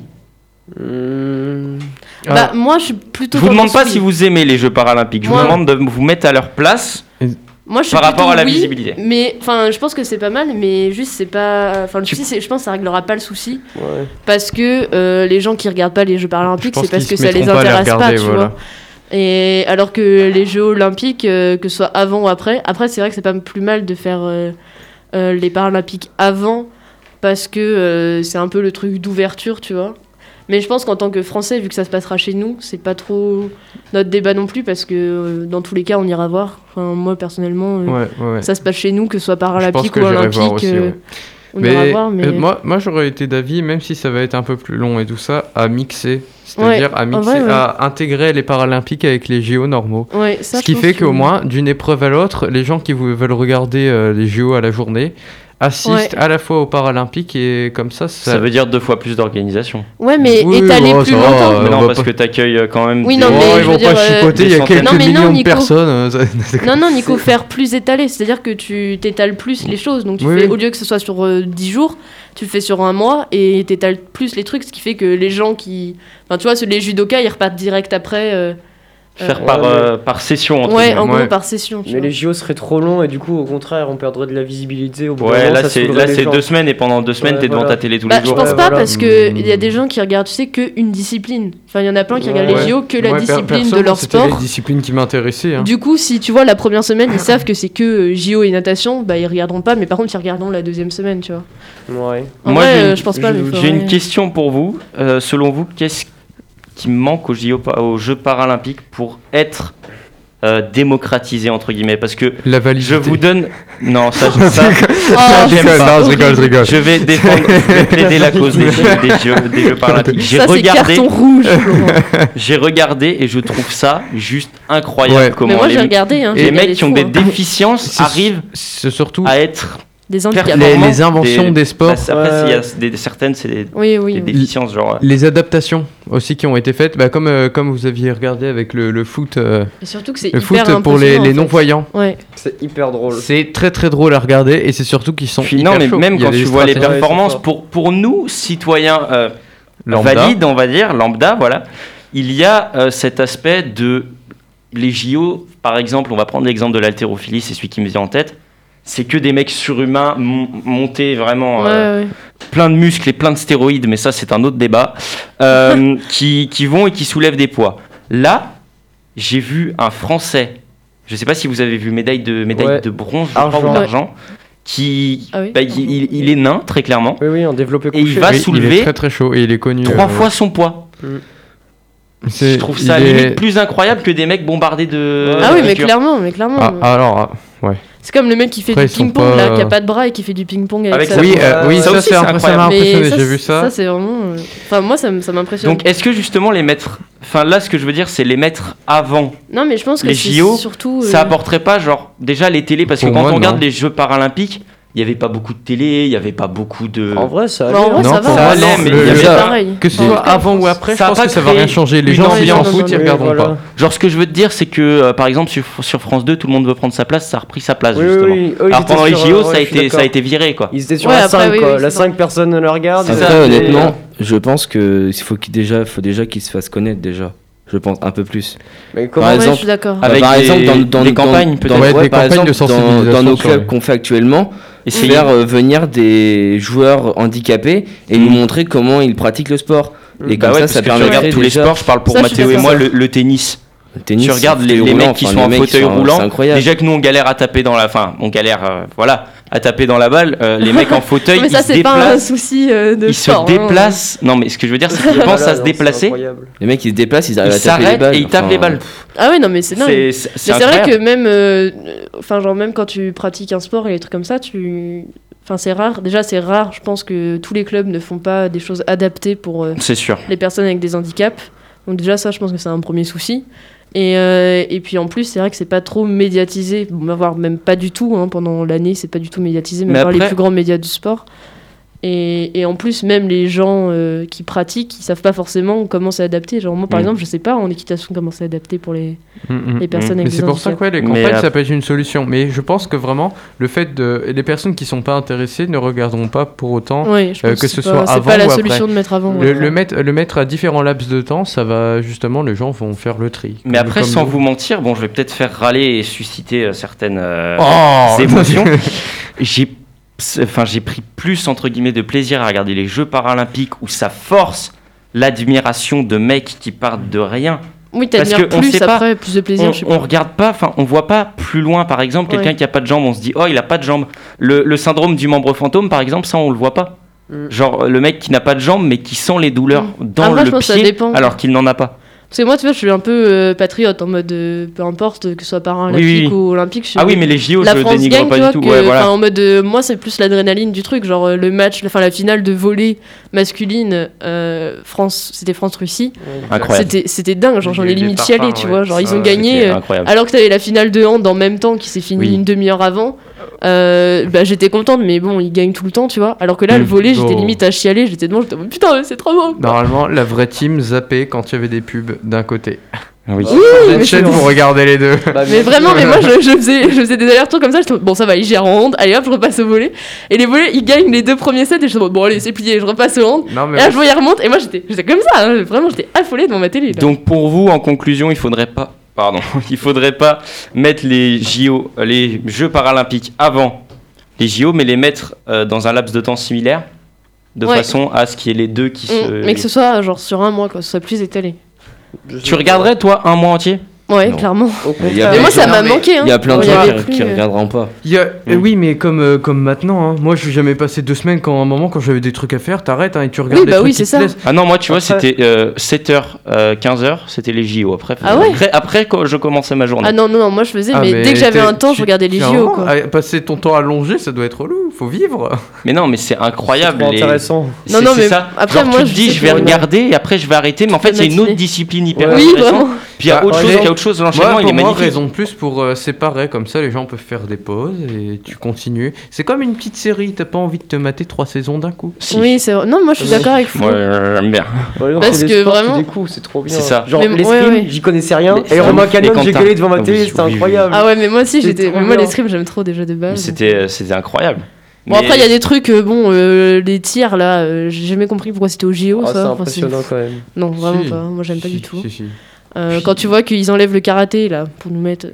S5: Hum,
S6: Ah.
S7: Bah moi je suis plutôt.
S4: Je vous
S7: dans
S4: demande
S7: le
S4: pas
S7: oui.
S4: si vous aimez les Jeux paralympiques, je vous
S7: Moi-
S4: demande de vous mettre à leur place.
S7: Moi je suis
S4: par
S7: plutôt
S4: rapport à la
S7: oui,
S4: visibilité.
S7: Mais enfin je pense que c'est pas mal, mais juste c'est pas. Enfin le
S4: Tu-
S7: souci c'est je pense que ça réglera pas le souci
S5: ouais.
S7: parce que euh, les gens qui regardent pas les Jeux paralympiques
S6: Je pense
S7: c'est parce que
S6: qu'ils se
S7: ça les
S6: mettront pas à les
S7: intéresse pas,
S6: regarder,
S7: tu
S6: voilà.
S7: vois. Et alors que les Jeux olympiques, euh, que ce soit avant ou après, après c'est vrai que c'est pas plus mal de faire euh, euh, les Paralympiques avant parce que euh, c'est un peu le truc d'ouverture, tu vois. Mais je pense qu'en tant que Français, vu que ça se passera chez nous, c'est pas trop notre débat non plus parce que euh, dans tous les cas on ira voir. Enfin, moi personnellement, euh,
S6: Ouais, ouais, ouais.
S7: ça se passe chez nous, que ce soit
S6: Je pense
S7: Paralympique
S6: que
S7: ou
S6: j'irai
S7: Olympique,
S6: voir aussi,
S7: euh,
S6: ouais.
S7: on ira voir. Mais
S6: euh, moi, moi j'aurais été d'avis, même si ça va être un peu plus long et tout ça, à mixer. C'est-à-dire à mixer,
S7: vrai, ouais.
S6: à intégrer les Paralympiques avec les JO normaux.
S7: Ouais, ça,
S6: Ce
S7: je
S6: qui
S7: pense
S6: fait
S7: que-
S6: qu'au moins, d'une épreuve à l'autre, les gens qui vou- veulent regarder euh, les JO à la journée assistent
S7: Ouais.
S6: à la fois aux Paralympiques et comme ça, ça.
S4: Ça veut dire deux fois plus d'organisation.
S7: Ouais, mais
S6: Oui,
S7: étaler
S6: ouais,
S7: plus
S6: ça va,
S7: longtemps.
S6: euh, on
S4: non,
S6: va
S4: parce
S6: pas-
S4: que t'accueilles euh, quand même.
S7: Oui,
S4: des-
S7: non,
S6: Oh,
S7: mais
S6: ils
S7: je
S6: vont
S7: veux
S6: pas
S7: dire, euh,
S6: chipoter, il y a
S4: des
S6: quelques
S7: centaines. Non, mais non,
S6: millions de
S7: Nico.
S6: personnes. euh, ça-
S7: Non, non, Nico, faire plus étalé, c'est-à-dire que tu t'étales plus les choses. Donc, tu
S6: Oui,
S7: fais,
S6: oui.
S7: au lieu que ce soit sur euh, 10 jours, tu le fais sur un mois et t'étales plus les trucs, ce qui fait que les gens qui. Enfin, tu vois, ceux- les judokas, ils repartent direct après. euh,
S4: Faire
S5: Ouais,
S4: par,
S5: ouais.
S4: euh, par session, entre
S7: Ouais,
S4: guillemets.
S7: en
S6: ouais.
S7: gros, par session. tu
S5: Mais
S7: vois.
S5: les JO seraient trop longs et du coup, au contraire, on perdrait de la visibilité. Au bout d'un
S4: Ouais,
S5: moment,
S4: là
S5: ça
S4: c'est
S5: saoulerait
S4: là
S5: les
S4: c'est
S5: gens.
S4: deux semaines et pendant deux semaines
S5: Ouais,
S4: t'es devant
S5: voilà.
S4: ta télé tous
S7: Bah,
S4: les
S7: je
S4: jours.
S7: pense
S5: Ouais,
S7: pas
S5: voilà.
S7: parce qu'il y a des gens qui regardent, tu sais, qu'une discipline. Enfin, il y en a plein qui regardent
S5: Ouais.
S7: les JO que
S6: Mm. Ouais,
S7: la
S6: per-
S7: discipline
S6: perso,
S7: de leur
S6: c'était la
S7: sport.
S6: discipline qui m'intéressait. hein.
S7: Du coup, si tu vois la première semaine, ils savent que c'est que euh, JO et natation, bah ils regarderont pas, mais par contre ils regarderont la deuxième semaine, tu vois.
S5: Ouais.
S7: En
S4: Moi,
S7: vrai,
S4: j'ai une-
S7: euh, je pense pas. mais
S4: J'ai une
S7: faudrait-
S4: question pour vous. Euh, selon vous, qu'est-ce qui manque aux, JO, pa- aux Jeux paralympiques pour être euh, démocratisé entre guillemets Parce que
S6: La validité.
S4: je vous donne. Non, ça, je- ça,
S7: Oh,
S4: j'aime
S6: rigole,
S4: pas.
S6: non, je rigole, je rigole.
S4: Je vais défendre, je vais plaider la cause des, des jeux, des Jeux paralympiques. J'ai
S7: Ça, c'est
S4: regardé,
S7: carton rouge. Florent.
S4: j'ai regardé et je trouve ça juste incroyable
S6: Ouais.
S4: comment
S7: mais moi,
S4: les,
S7: j'ai regardé. Hein,
S4: les
S7: j'ai regardé
S4: mecs qui
S7: tout,
S4: ont des
S7: hein.
S4: déficiences
S6: C'est-
S4: arrivent
S6: C'est surtout
S4: à être
S7: Des handicaps.
S4: performants.
S6: les, les inventions
S4: Des-
S6: des, sports.
S4: Après, après,
S5: Ouais.
S4: s'il y
S6: euh,
S4: a des, certaines, c'est des,
S7: Oui,
S4: des
S7: oui. oui.
S4: déficiences, genre. euh,
S6: Les adaptations aussi qui ont été faites, bah, comme, euh, comme vous aviez regardé avec le, le foot, euh,
S7: Et surtout que c'est
S6: le
S7: hyper
S6: foot pour les,
S7: impressionnant,
S6: les
S7: en fait.
S6: non-voyants.
S7: Ouais.
S5: C'est hyper drôle.
S6: C'est très très drôle à regarder et c'est surtout qu'ils sont.
S4: Puis
S6: hyper
S4: non, mais
S6: chauds.
S4: même
S6: Il y a
S4: quand
S6: des
S4: tu vois les
S6: stratégies
S5: stratégies.
S4: performances,
S5: Ouais, c'est
S4: pour, pour nous, citoyens euh,
S6: lambda.
S4: valides, on va dire, lambda, voilà, il y a euh, cet aspect de les JO, par exemple, on va prendre l'exemple de l'haltérophilie, c'est celui qui me vient en tête, c'est que des mecs surhumains mon- montés vraiment
S7: Ouais,
S4: euh,
S7: ouais.
S4: plein de muscles et plein de stéroïdes, mais ça c'est un autre débat, euh, qui, qui vont et qui soulèvent des poids. Là, j'ai vu un Français, je ne sais pas si vous avez vu médaille de, médaille
S5: Ouais.
S4: de bronze je crois,
S5: Argent.
S4: ou
S5: Ouais.
S4: d'argent, qui
S7: Ah oui.
S4: bah, il, il- il est nain très clairement,
S5: Oui, oui, en développé
S4: Et il
S5: couché.
S4: va
S6: Oui, Il
S4: soulever
S6: est très très chaud et il est connu.
S4: trois
S6: euh,
S4: fois son poids.
S6: c'est-
S4: Je trouve ça
S6: il est-
S4: limite plus incroyable que des mecs bombardés de.
S7: Ah oui, mais
S4: de-
S7: clairement, mais clairement.
S6: Ah, alors, ah,
S7: C'est comme le mec qui fait
S6: Après, ils
S7: du
S6: sont
S7: ping-pong là,
S6: pas- euh,
S7: qui a pas de bras et qui fait du ping-pong avec,
S4: Avec
S7: sa
S4: sa-
S6: oui,
S7: main.
S6: euh, oui,
S4: Ça
S6: ça,
S4: aussi,
S6: c'est
S4: c'est
S6: impressionnant.
S4: incroyable.
S7: Mais
S6: J'ai vu
S7: c'est-
S6: ça.
S7: c'est vraiment. euh, Enfin, moi, ça, m- ça m'impressionne.
S4: Donc, est-ce que justement les mettre. Enfin, là, ce que je veux dire, c'est les mettre avant
S7: non, mais je pense que
S4: les
S7: c'est
S4: JO,
S7: surtout. euh,
S4: ça apporterait pas genre déjà les télés parce que
S6: Pour
S4: quand
S6: moi,
S4: on
S6: non.
S4: regarde les Jeux paralympiques, il y avait pas beaucoup de télé, il y avait pas beaucoup de
S5: En vrai, ça.
S7: bah, en vrai,
S6: Non,
S7: ça
S6: ça
S7: va.
S4: allait,
S7: hein.
S4: mais
S7: C'est
S6: il y avait-
S7: pareil.
S6: que ce
S7: En
S6: soit
S7: tout cas,
S6: avant ou après,
S4: ça
S6: je
S4: a
S6: pense
S4: pas
S6: que ça va rien
S4: créé
S6: changer. Les
S4: une
S6: gens s'y en
S7: ambiance.
S6: foutent, ils
S7: Oui,
S6: regarderont
S5: voilà.
S6: pas.
S4: genre ce que je veux te dire c'est que euh, par exemple sur, sur France 2 tout le monde veut prendre sa place, ça a repris sa place
S5: Oui, oui,
S4: justement.
S5: oui. Eux, ils
S4: Alors
S5: étaient
S4: pendant les
S5: sur,
S4: JO,
S5: euh, ouais,
S4: ça a
S5: je suis
S4: été ça a
S5: d'accord. Bah,
S4: été viré quoi.
S5: Ils étaient sur
S7: Ouais,
S5: la
S7: après,
S5: 5,
S7: oui,
S5: quoi.
S7: oui,
S5: la
S7: c'est
S5: 5 personnes ne le regardent.
S4: C'est
S5: ils
S4: ça.
S5: étaient-
S8: Après, honnêtement, je pense que il faut qu'il déjà, faut déjà qu'il se fasse connaître déjà. Je pense un peu plus.
S5: Mais
S8: Par
S5: comment
S7: ouais, je
S8: exemple,
S7: suis d'accord.
S8: Bah,
S4: Avec
S8: par
S4: des-
S8: exemple, dans, dans-
S4: des
S8: dans-
S4: campagnes,
S8: dans-
S4: peut-être.
S6: Ouais, des
S8: par
S6: campagnes de
S8: dans-
S6: sensibilisation
S8: dans, nos
S6: sur
S8: clubs
S6: les-
S8: qu'on fait actuellement,
S4: Essayer.
S8: faire euh, venir des joueurs handicapés et
S4: Mm.
S8: nous montrer comment ils pratiquent le sport. Et
S4: Bah
S8: comme
S4: ouais,
S8: ça,
S4: parce
S8: ça
S4: que tu regardes
S8: permettrait
S4: tous les
S8: déjà.
S4: sports, je parle pour
S7: Ça, je suis
S4: Mathéo et
S7: d'accord.
S4: moi le, le tennis.
S8: le tennis,
S4: tu regardes
S8: le
S4: les,
S8: fauteuil
S4: les
S8: roulant,
S4: mecs qui
S8: enfin,
S4: sont
S8: les
S4: en
S8: mecs
S4: fauteuil
S8: sont-
S4: roulant.
S8: C'est incroyable.
S4: Déjà que nous on galère à taper dans la enfin, on galère euh, voilà, à taper dans la balle, euh, les mecs en fauteuil
S7: Mais ça,
S4: ils se
S7: c'est pas un
S4: déplacent,
S7: souci euh, de
S4: ils
S7: sport.
S4: se déplacent. Non mais ce que je veux dire c'est qu'ils
S5: Ah là,
S4: pensent à
S5: non,
S4: se
S5: c'est
S4: déplacer,
S5: incroyable.
S8: Les mecs, ils se déplacent, ils
S4: ils
S8: arrivent à taper les
S4: s'arrêtent
S8: balles.
S4: et ils tapent
S8: enfin,
S4: les balles.
S7: hein. Ah ouais, non, mais c'est dingue.
S4: C'est c'est-
S7: Mais c'est vrai
S4: incroyable.
S7: que même, euh, euh, enfin genre même quand tu pratiques un sport et des trucs comme ça, tu, enfin c'est rare. Déjà c'est rare. Je pense que tous les clubs ne font pas des choses adaptées pour euh,
S4: C'est sûr.
S7: les personnes avec des handicaps. Donc déjà ça, je pense que c'est un premier souci. Et, euh, et puis en plus, c'est vrai que c'est pas trop médiatisé, bah, voire même pas du tout. hein, pendant l'année, c'est pas du tout médiatisé, même
S4: Mais
S7: par les
S4: après-
S7: plus grands médias du sport. Et, et en plus, même les gens euh, qui pratiquent, ils savent pas forcément comment c'est adapté. Genre moi, par
S4: Mm.
S7: exemple, je sais pas en équitation comment c'est adapté pour les,
S6: Mm, mm.
S7: les personnes
S6: Mais
S7: avec des handicaps.
S6: c'est pour ça que ouais, les
S4: Mais
S6: campagnes,
S4: ap-
S6: ça peut être une solution. Mais je pense que vraiment, le fait de. Les personnes qui sont pas intéressées ne regarderont pas pour autant.
S7: Ouais, je
S6: Euh,
S7: pense
S6: que
S7: c'est
S6: ce
S7: pas-
S6: soit
S7: c'est
S6: avant
S7: pas la
S6: ou après.
S7: solution de mettre avant.
S6: Le,
S7: ouais.
S6: le mettre, le mettre à différents laps de temps, ça va justement, les gens vont faire le tri.
S4: Mais
S6: Comme-
S4: après,
S6: comme
S4: sans
S6: nous.
S4: vous mentir, bon, je vais peut-être faire râler et susciter euh, certaines euh,
S6: Oh
S4: émotions. j'ai, enfin, j'ai pris plus entre guillemets de plaisir à regarder les Jeux paralympiques où ça force l'admiration de mecs qui partent de rien.
S7: Oui,
S4: parce
S7: t'admires
S4: que on
S7: plus
S4: sait pas.
S7: après, plus de plaisir.
S4: On,
S7: je sais
S4: on
S7: pas.
S4: regarde pas, enfin, on voit pas plus loin. Par exemple,
S7: Ouais.
S4: quelqu'un qui a pas de jambes, on se dit, oh, il a pas de jambes. Le, le syndrome du membre fantôme, par exemple, ça, on le voit pas.
S5: Mm.
S4: Genre euh, le mec qui n'a pas de jambes mais qui sent les douleurs dans
S7: Mm. Après, je
S4: le
S7: pense que ça
S4: pied
S7: dépend.
S4: alors qu'il n'en a pas.
S7: Parce que moi, tu vois, je suis un peu euh, patriote en mode euh, peu importe que ce soit paralympique
S4: Oui, oui, oui.
S7: ou olympique. je suis-
S4: Ah oui mais les JO
S7: la
S4: je
S7: France
S4: dénigre
S7: gagne,
S4: pas
S7: tu vois,
S4: du tout.
S7: que-
S4: Ouais, voilà.
S7: enfin, en mode euh, moi, c'est plus l'adrénaline du truc. Genre euh, le match, enfin la finale de volée masculine, euh, France, c'était France-Russie.
S4: Incroyable.
S7: C'était c'était dingue. Genre j'en
S6: Il y a
S7: ai
S6: eu des
S7: limite chialé,
S6: tartins,
S7: tu
S6: ouais.
S7: vois. Genre ils
S6: Ça,
S7: ont
S4: C'était
S7: gagné. euh,
S4: incroyable.
S7: Alors que t'avais la finale de hand en même temps qui s'est finie
S4: Oui.
S7: une demi-heure avant, euh, bah, j'étais contente, mais bon, ils gagnent tout le temps, tu vois. Alors que là, le
S6: Mm.
S7: volet, j'étais
S6: Oh.
S7: limite à chialer, j'étais devant, j'étais en mode, putain, mais c'est trop beau.
S6: Normalement, la vraie team zappait quand il y avait des pubs d'un côté.
S4: Ah oui.
S6: Sur
S7: mais
S6: cette
S7: c'est
S6: chaîne,
S7: bon.
S6: vous regardez les deux.
S5: Bah,
S7: Mais vraiment, mais moi, je, je faisais, je faisais des allers-retours comme ça, j'étais en mode, bon, ça va, ils gèrent en hand, allez hop, je repasse au volet. Et les volets, ils gagnent les deux premiers sets, et je suis en mode, bon, allez, c'est plié, je repasse au hand.
S6: Non,
S7: Et
S6: mais
S7: là, je voyais remonte, et moi, j'étais j'étais comme ça, hein, vraiment, j'étais affolée devant ma télé. là.
S4: Donc pour vous, en conclusion, il faudrait pas, pardon, il faudrait pas mettre les JO, euh, les Jeux paralympiques avant les JO, mais les mettre euh, dans un laps de temps similaire, de
S7: Ouais.
S4: façon à ce qu'il y ait les deux qui
S7: Mm,
S4: se.
S7: Mais que ce soit, genre, sur un mois, quoi, ce soit plus étalé.
S4: Tu regarderais toi un mois entier
S7: Ouais,
S8: Non.
S7: clairement.
S8: Il y a
S7: Mais
S8: plein
S7: moi,
S8: de
S7: ça
S8: gens-
S7: m'a manqué, hein.
S8: Il y a plein de
S7: Il y avait
S8: gens qui-
S7: plus,
S8: qui
S7: euh,
S8: regarderont pas.
S6: Il y a-
S7: Mm.
S6: euh, Oui, mais comme, euh, comme maintenant, hein. moi je suis jamais passé deux semaines quand à un moment, quand j'avais des trucs à faire, t'arrêtes hein, et tu regardes
S7: Oui,
S6: les
S7: bah
S6: trucs
S7: oui,
S6: qui
S7: c'est
S6: te
S7: ça.
S6: plaisent.
S4: Ah non, moi tu vois,
S6: Après-
S4: c'était euh, 7h, 15h, c'était les JO. Après,
S7: Ah ouais
S4: après, après, quand je commençais ma journée.
S7: Ah non, non, non, moi, je faisais,
S6: Ah,
S7: mais, dès que j'avais
S6: t'es-
S7: un temps,
S6: tu-
S7: je regardais les
S6: tu as un
S7: JO,
S6: moment
S7: quoi.
S6: à- Passer ton temps allongé, ça doit être relou, faut vivre.
S4: Mais non, mais c'est incroyable.
S5: C'est trop
S4: les-
S5: intéressant.
S4: c'est-
S7: Non, non,
S4: c'est
S7: mais
S4: ça.
S7: après,
S4: Genre,
S7: moi,
S4: tu te
S7: je
S4: dis,
S7: sais
S4: je vais
S7: que-
S4: regarder et après je vais arrêter, mais en fait,
S7: la
S4: c'est une autre
S7: matinée.
S4: discipline hyper
S5: ah, Ouais.
S7: Oui,
S4: intéressante.
S7: vraiment.
S4: Puis il y a
S6: Bah,
S4: autre chose,
S6: raison.
S4: il y a autre chose, l'enchaînement
S6: Moi,
S4: il est
S6: pour moi,
S4: magnifique.
S6: raison de plus pour euh, séparer, comme ça les gens peuvent faire des pauses et tu continues. C'est comme une petite série, t'as pas envie de te mater trois saisons d'un coup.
S4: Si.
S7: Oui, c'est vrai. Non, moi je suis
S5: Oui.
S7: d'accord avec Flo.
S4: Moi, j'aime bien.
S7: Parce que vraiment-
S5: Du coup, c'est trop bien.
S4: C'est ça.
S5: Genre,
S7: Mais-
S5: les
S7: ouais,
S5: streams,
S7: ouais.
S5: j'y connaissais rien.
S4: Mais
S5: Et
S4: c'est
S5: Romain
S4: ouf. Et
S5: Canon,
S4: quand
S5: j'ai
S4: t'as-
S5: gueulé devant ma
S4: Ah oui,
S5: télé,
S4: oui,
S5: c'était
S4: oui, oui.
S5: incroyable.
S7: Ah ouais, mais moi aussi,
S5: C'est
S7: j'étais.
S5: trop
S7: mais Moi, les
S5: bien.
S7: streams, j'aime trop déjà de base.
S4: C'était c'était incroyable.
S7: Bon,
S4: Mais-
S7: après, il y a des trucs, euh, bon, euh, les tirs là, euh, j'ai jamais compris pourquoi c'était au JO,
S5: Ah,
S7: ça.
S5: c'est
S7: Enfin, c'est-
S5: impressionnant quand même.
S7: Non, vraiment
S6: Si.
S7: pas. Moi, j'aime pas
S6: Si,
S7: du tout.
S6: si, si.
S7: Euh, quand tu vois qu'ils enlèvent le karaté là, pour nous mettre. euh,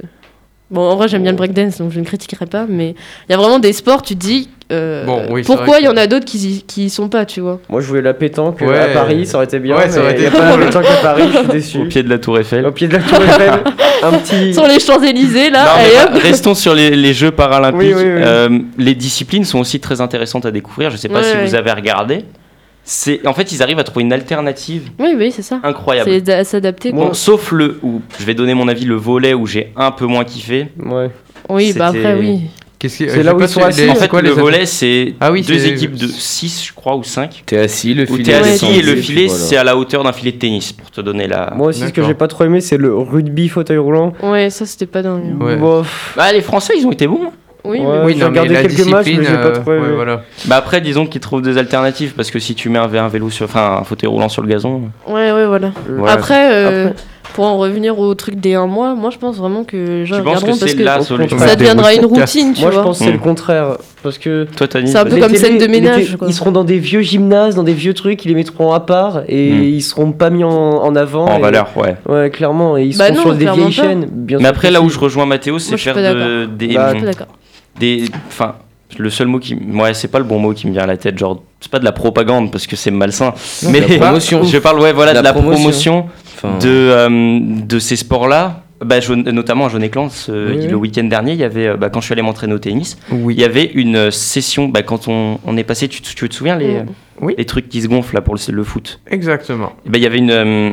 S7: Bon, en vrai, j'aime bien le breakdance, donc je ne critiquerai pas, mais il y a vraiment des sports, tu te dis. euh,
S6: Bon, oui, c'est vrai
S7: pourquoi
S6: que-
S7: il y en a d'autres qui, y- qui y sont pas, tu vois
S5: Moi, je voulais la pétanque euh,
S6: Ouais.
S5: à Paris, ça aurait été bien.
S6: Ouais, ça aurait
S5: mais
S6: été
S5: y a pas
S6: cool.
S5: la pétanque à Paris, je suis
S4: Au
S5: déçu.
S4: pied de la Tour Eiffel.
S5: Au pied de la Tour Eiffel, un petit.
S7: Sur les Champs-Élysées, là,
S4: Non, mais
S7: Ah, et hop.
S4: bah, restons sur les, les Jeux paralympiques.
S5: Oui, oui, oui.
S4: Euh, les disciplines sont aussi très intéressantes à découvrir. Je ne sais pas
S7: Ouais,
S4: si
S7: ouais.
S4: vous avez regardé. C'est en fait ils arrivent à trouver une alternative
S7: Oui, oui, c'est ça.
S4: incroyable.
S7: C'est d'a- s'adapter.
S4: Bon,
S7: quoi.
S4: sauf le où je vais donner mon avis le volet où j'ai un peu moins kiffé.
S5: Ouais.
S7: Oui, bah
S4: c'était-
S7: après, oui.
S6: Qu'est-ce qui-
S5: C'est
S6: je sais
S5: là où
S6: pas
S5: ils
S6: si
S5: sont
S6: les-
S5: assis.
S6: c'est
S4: en fait
S6: quoi
S4: le
S6: les autres-
S4: volet c'est
S6: Ah oui,
S4: deux
S6: c'est-
S4: équipes de 6 je crois ou 5
S8: T'es assis, le
S4: où
S8: filet.
S4: t'es assis
S8: descendu,
S4: et le
S8: puis
S4: filet
S8: voilà.
S4: c'est à la hauteur d'un filet de tennis pour te donner la
S5: Moi aussi, ce que
S6: D'accord.
S5: j'ai pas trop aimé, c'est le rugby fauteuil roulant.
S7: Ouais, ça, c'était pas dingue. hein.
S6: Ouais.
S5: Bof.
S4: Bah, les Français ils ont été bons.
S7: Oui,
S5: Ouais.
S7: mais
S6: Oui,
S5: j'ai
S6: non, mais
S5: regardé
S6: la
S5: quelques matchs, mais
S6: discipline,
S5: j'ai pas
S6: euh,
S5: trop aimé.
S6: ouais, voilà.
S4: Bah après disons qu'ils trouvent des alternatives parce que si tu mets un, un vélo sur enfin un fauteuil roulant sur le gazon.
S7: bon. Ouais, ouais, voilà.
S4: voilà.
S7: Après, euh, pour en revenir au truc des un mois, moi, je pense vraiment que je
S4: tu penses que
S7: regarderont parce
S4: c'est
S7: que
S4: la
S5: on
S4: solution
S5: comprend-
S7: ça deviendra une
S6: podcast.
S7: routine, tu
S5: Moi, je
S7: vois.
S5: pense que c'est
S4: Mm.
S5: le contraire. Parce que.
S4: Toi Tony
S7: C'est un peu
S5: les
S7: comme scène de
S5: les
S7: ménage,
S5: télés,
S7: quoi.
S5: Ils seront dans des vieux gymnases, dans des vieux trucs, ils les mettront à part et
S4: Mm.
S5: ils seront pas mis en, en avant.
S4: en
S5: et-
S4: valeur, ouais.
S5: Ouais, clairement. Et ils
S7: Bah
S5: seront
S7: non,
S5: sur des
S7: clairement
S5: vieilles
S7: pas.
S5: chaînes. Bien
S4: Mais
S5: sûr
S4: après,
S5: que
S4: là où
S5: si.
S4: je rejoins Mathéo, c'est
S7: Moi, je suis
S4: faire
S7: pas
S4: de, des,
S5: Bah,
S7: Je suis pas d'accord.
S4: des- Enfin, le seul mot qui. Ouais, c'est pas le bon mot qui me vient à la tête. Genre, c'est pas de la propagande parce que c'est malsain.
S8: Non,
S4: mais
S8: de la promotion.
S4: Je parle, ouais, voilà,
S8: De
S4: de
S8: la
S4: la
S8: promotion.
S4: promotion,
S8: Enfin,
S4: de, euh, de ces sports-là. Bah, je- notamment à Jaunet-Clan, ce-
S5: Oui, oui.
S4: le week-end dernier, euh, il y avait, euh, bah, quand je suis allé m'entraîner au tennis,
S6: Oui.
S4: il y avait une euh, session. Bah, quand on, on est passé, tu, te- tu te souviens les,
S6: Oui.
S4: les trucs qui se gonflent là, pour le, le foot
S6: Exactement.
S4: Eh ben, il y avait une, euh,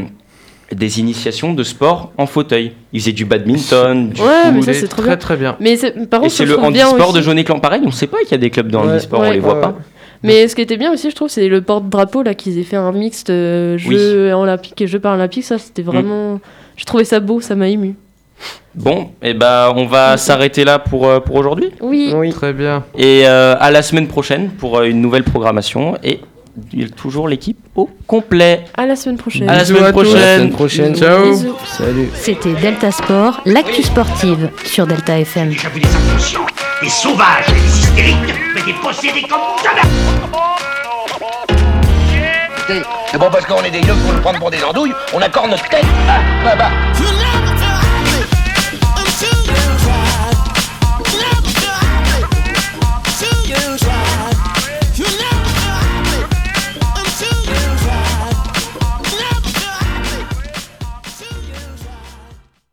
S4: des initiations de sport en fauteuil. Ils faisaient du badminton, du
S7: Ouais, mais
S4: foot.
S7: ça,
S6: Volet
S7: c'est trop
S6: très
S7: bien.
S6: très bien.
S7: Mais c'est- par
S4: Et
S7: contre,
S4: c'est
S7: je
S4: le
S7: trouve bien
S4: handisport de
S7: aussi-
S4: Jaunet Clan. Pareil, on sait pas qu'il y a des clubs dans
S5: Ouais,
S4: l'handisport, on
S7: ouais,
S4: les voit
S5: ouais,
S4: pas.
S5: ouais.
S7: Mais ce qui était bien aussi, je trouve, c'est le porte-drapeau là qu'ils aient fait un mixte euh, jeux olympiques et jeux paralympiques. Ça,
S4: Mm.
S7: c'était vraiment. Je trouvais ça beau, ça m'a ému.
S4: Bon, et ben on va s'arrêter là pour, euh, pour aujourd'hui.
S7: Oui.
S5: Oui.
S6: Très bien.
S4: Et euh, à la semaine prochaine pour euh, une nouvelle programmation. Et il y a toujours l'équipe au complet.
S7: À la semaine prochaine.
S4: À la
S6: Bisous
S4: semaine
S6: à tous.
S8: à la semaine
S4: prochaine.
S8: prochaine.
S6: Ciao.
S7: Bisous.
S8: Salut.
S1: C'était Delta Sport, l'actu sportive sur Delta FM.
S2: J'ai vu des inconscients, des sauvages, des hystériques, mais des possédés comme jamais
S3: C'est pas parce qu'on est des yeux pour nous prendre pour des andouilles, on accorde notre tête. Ah, bah, bah.
S10: You'll never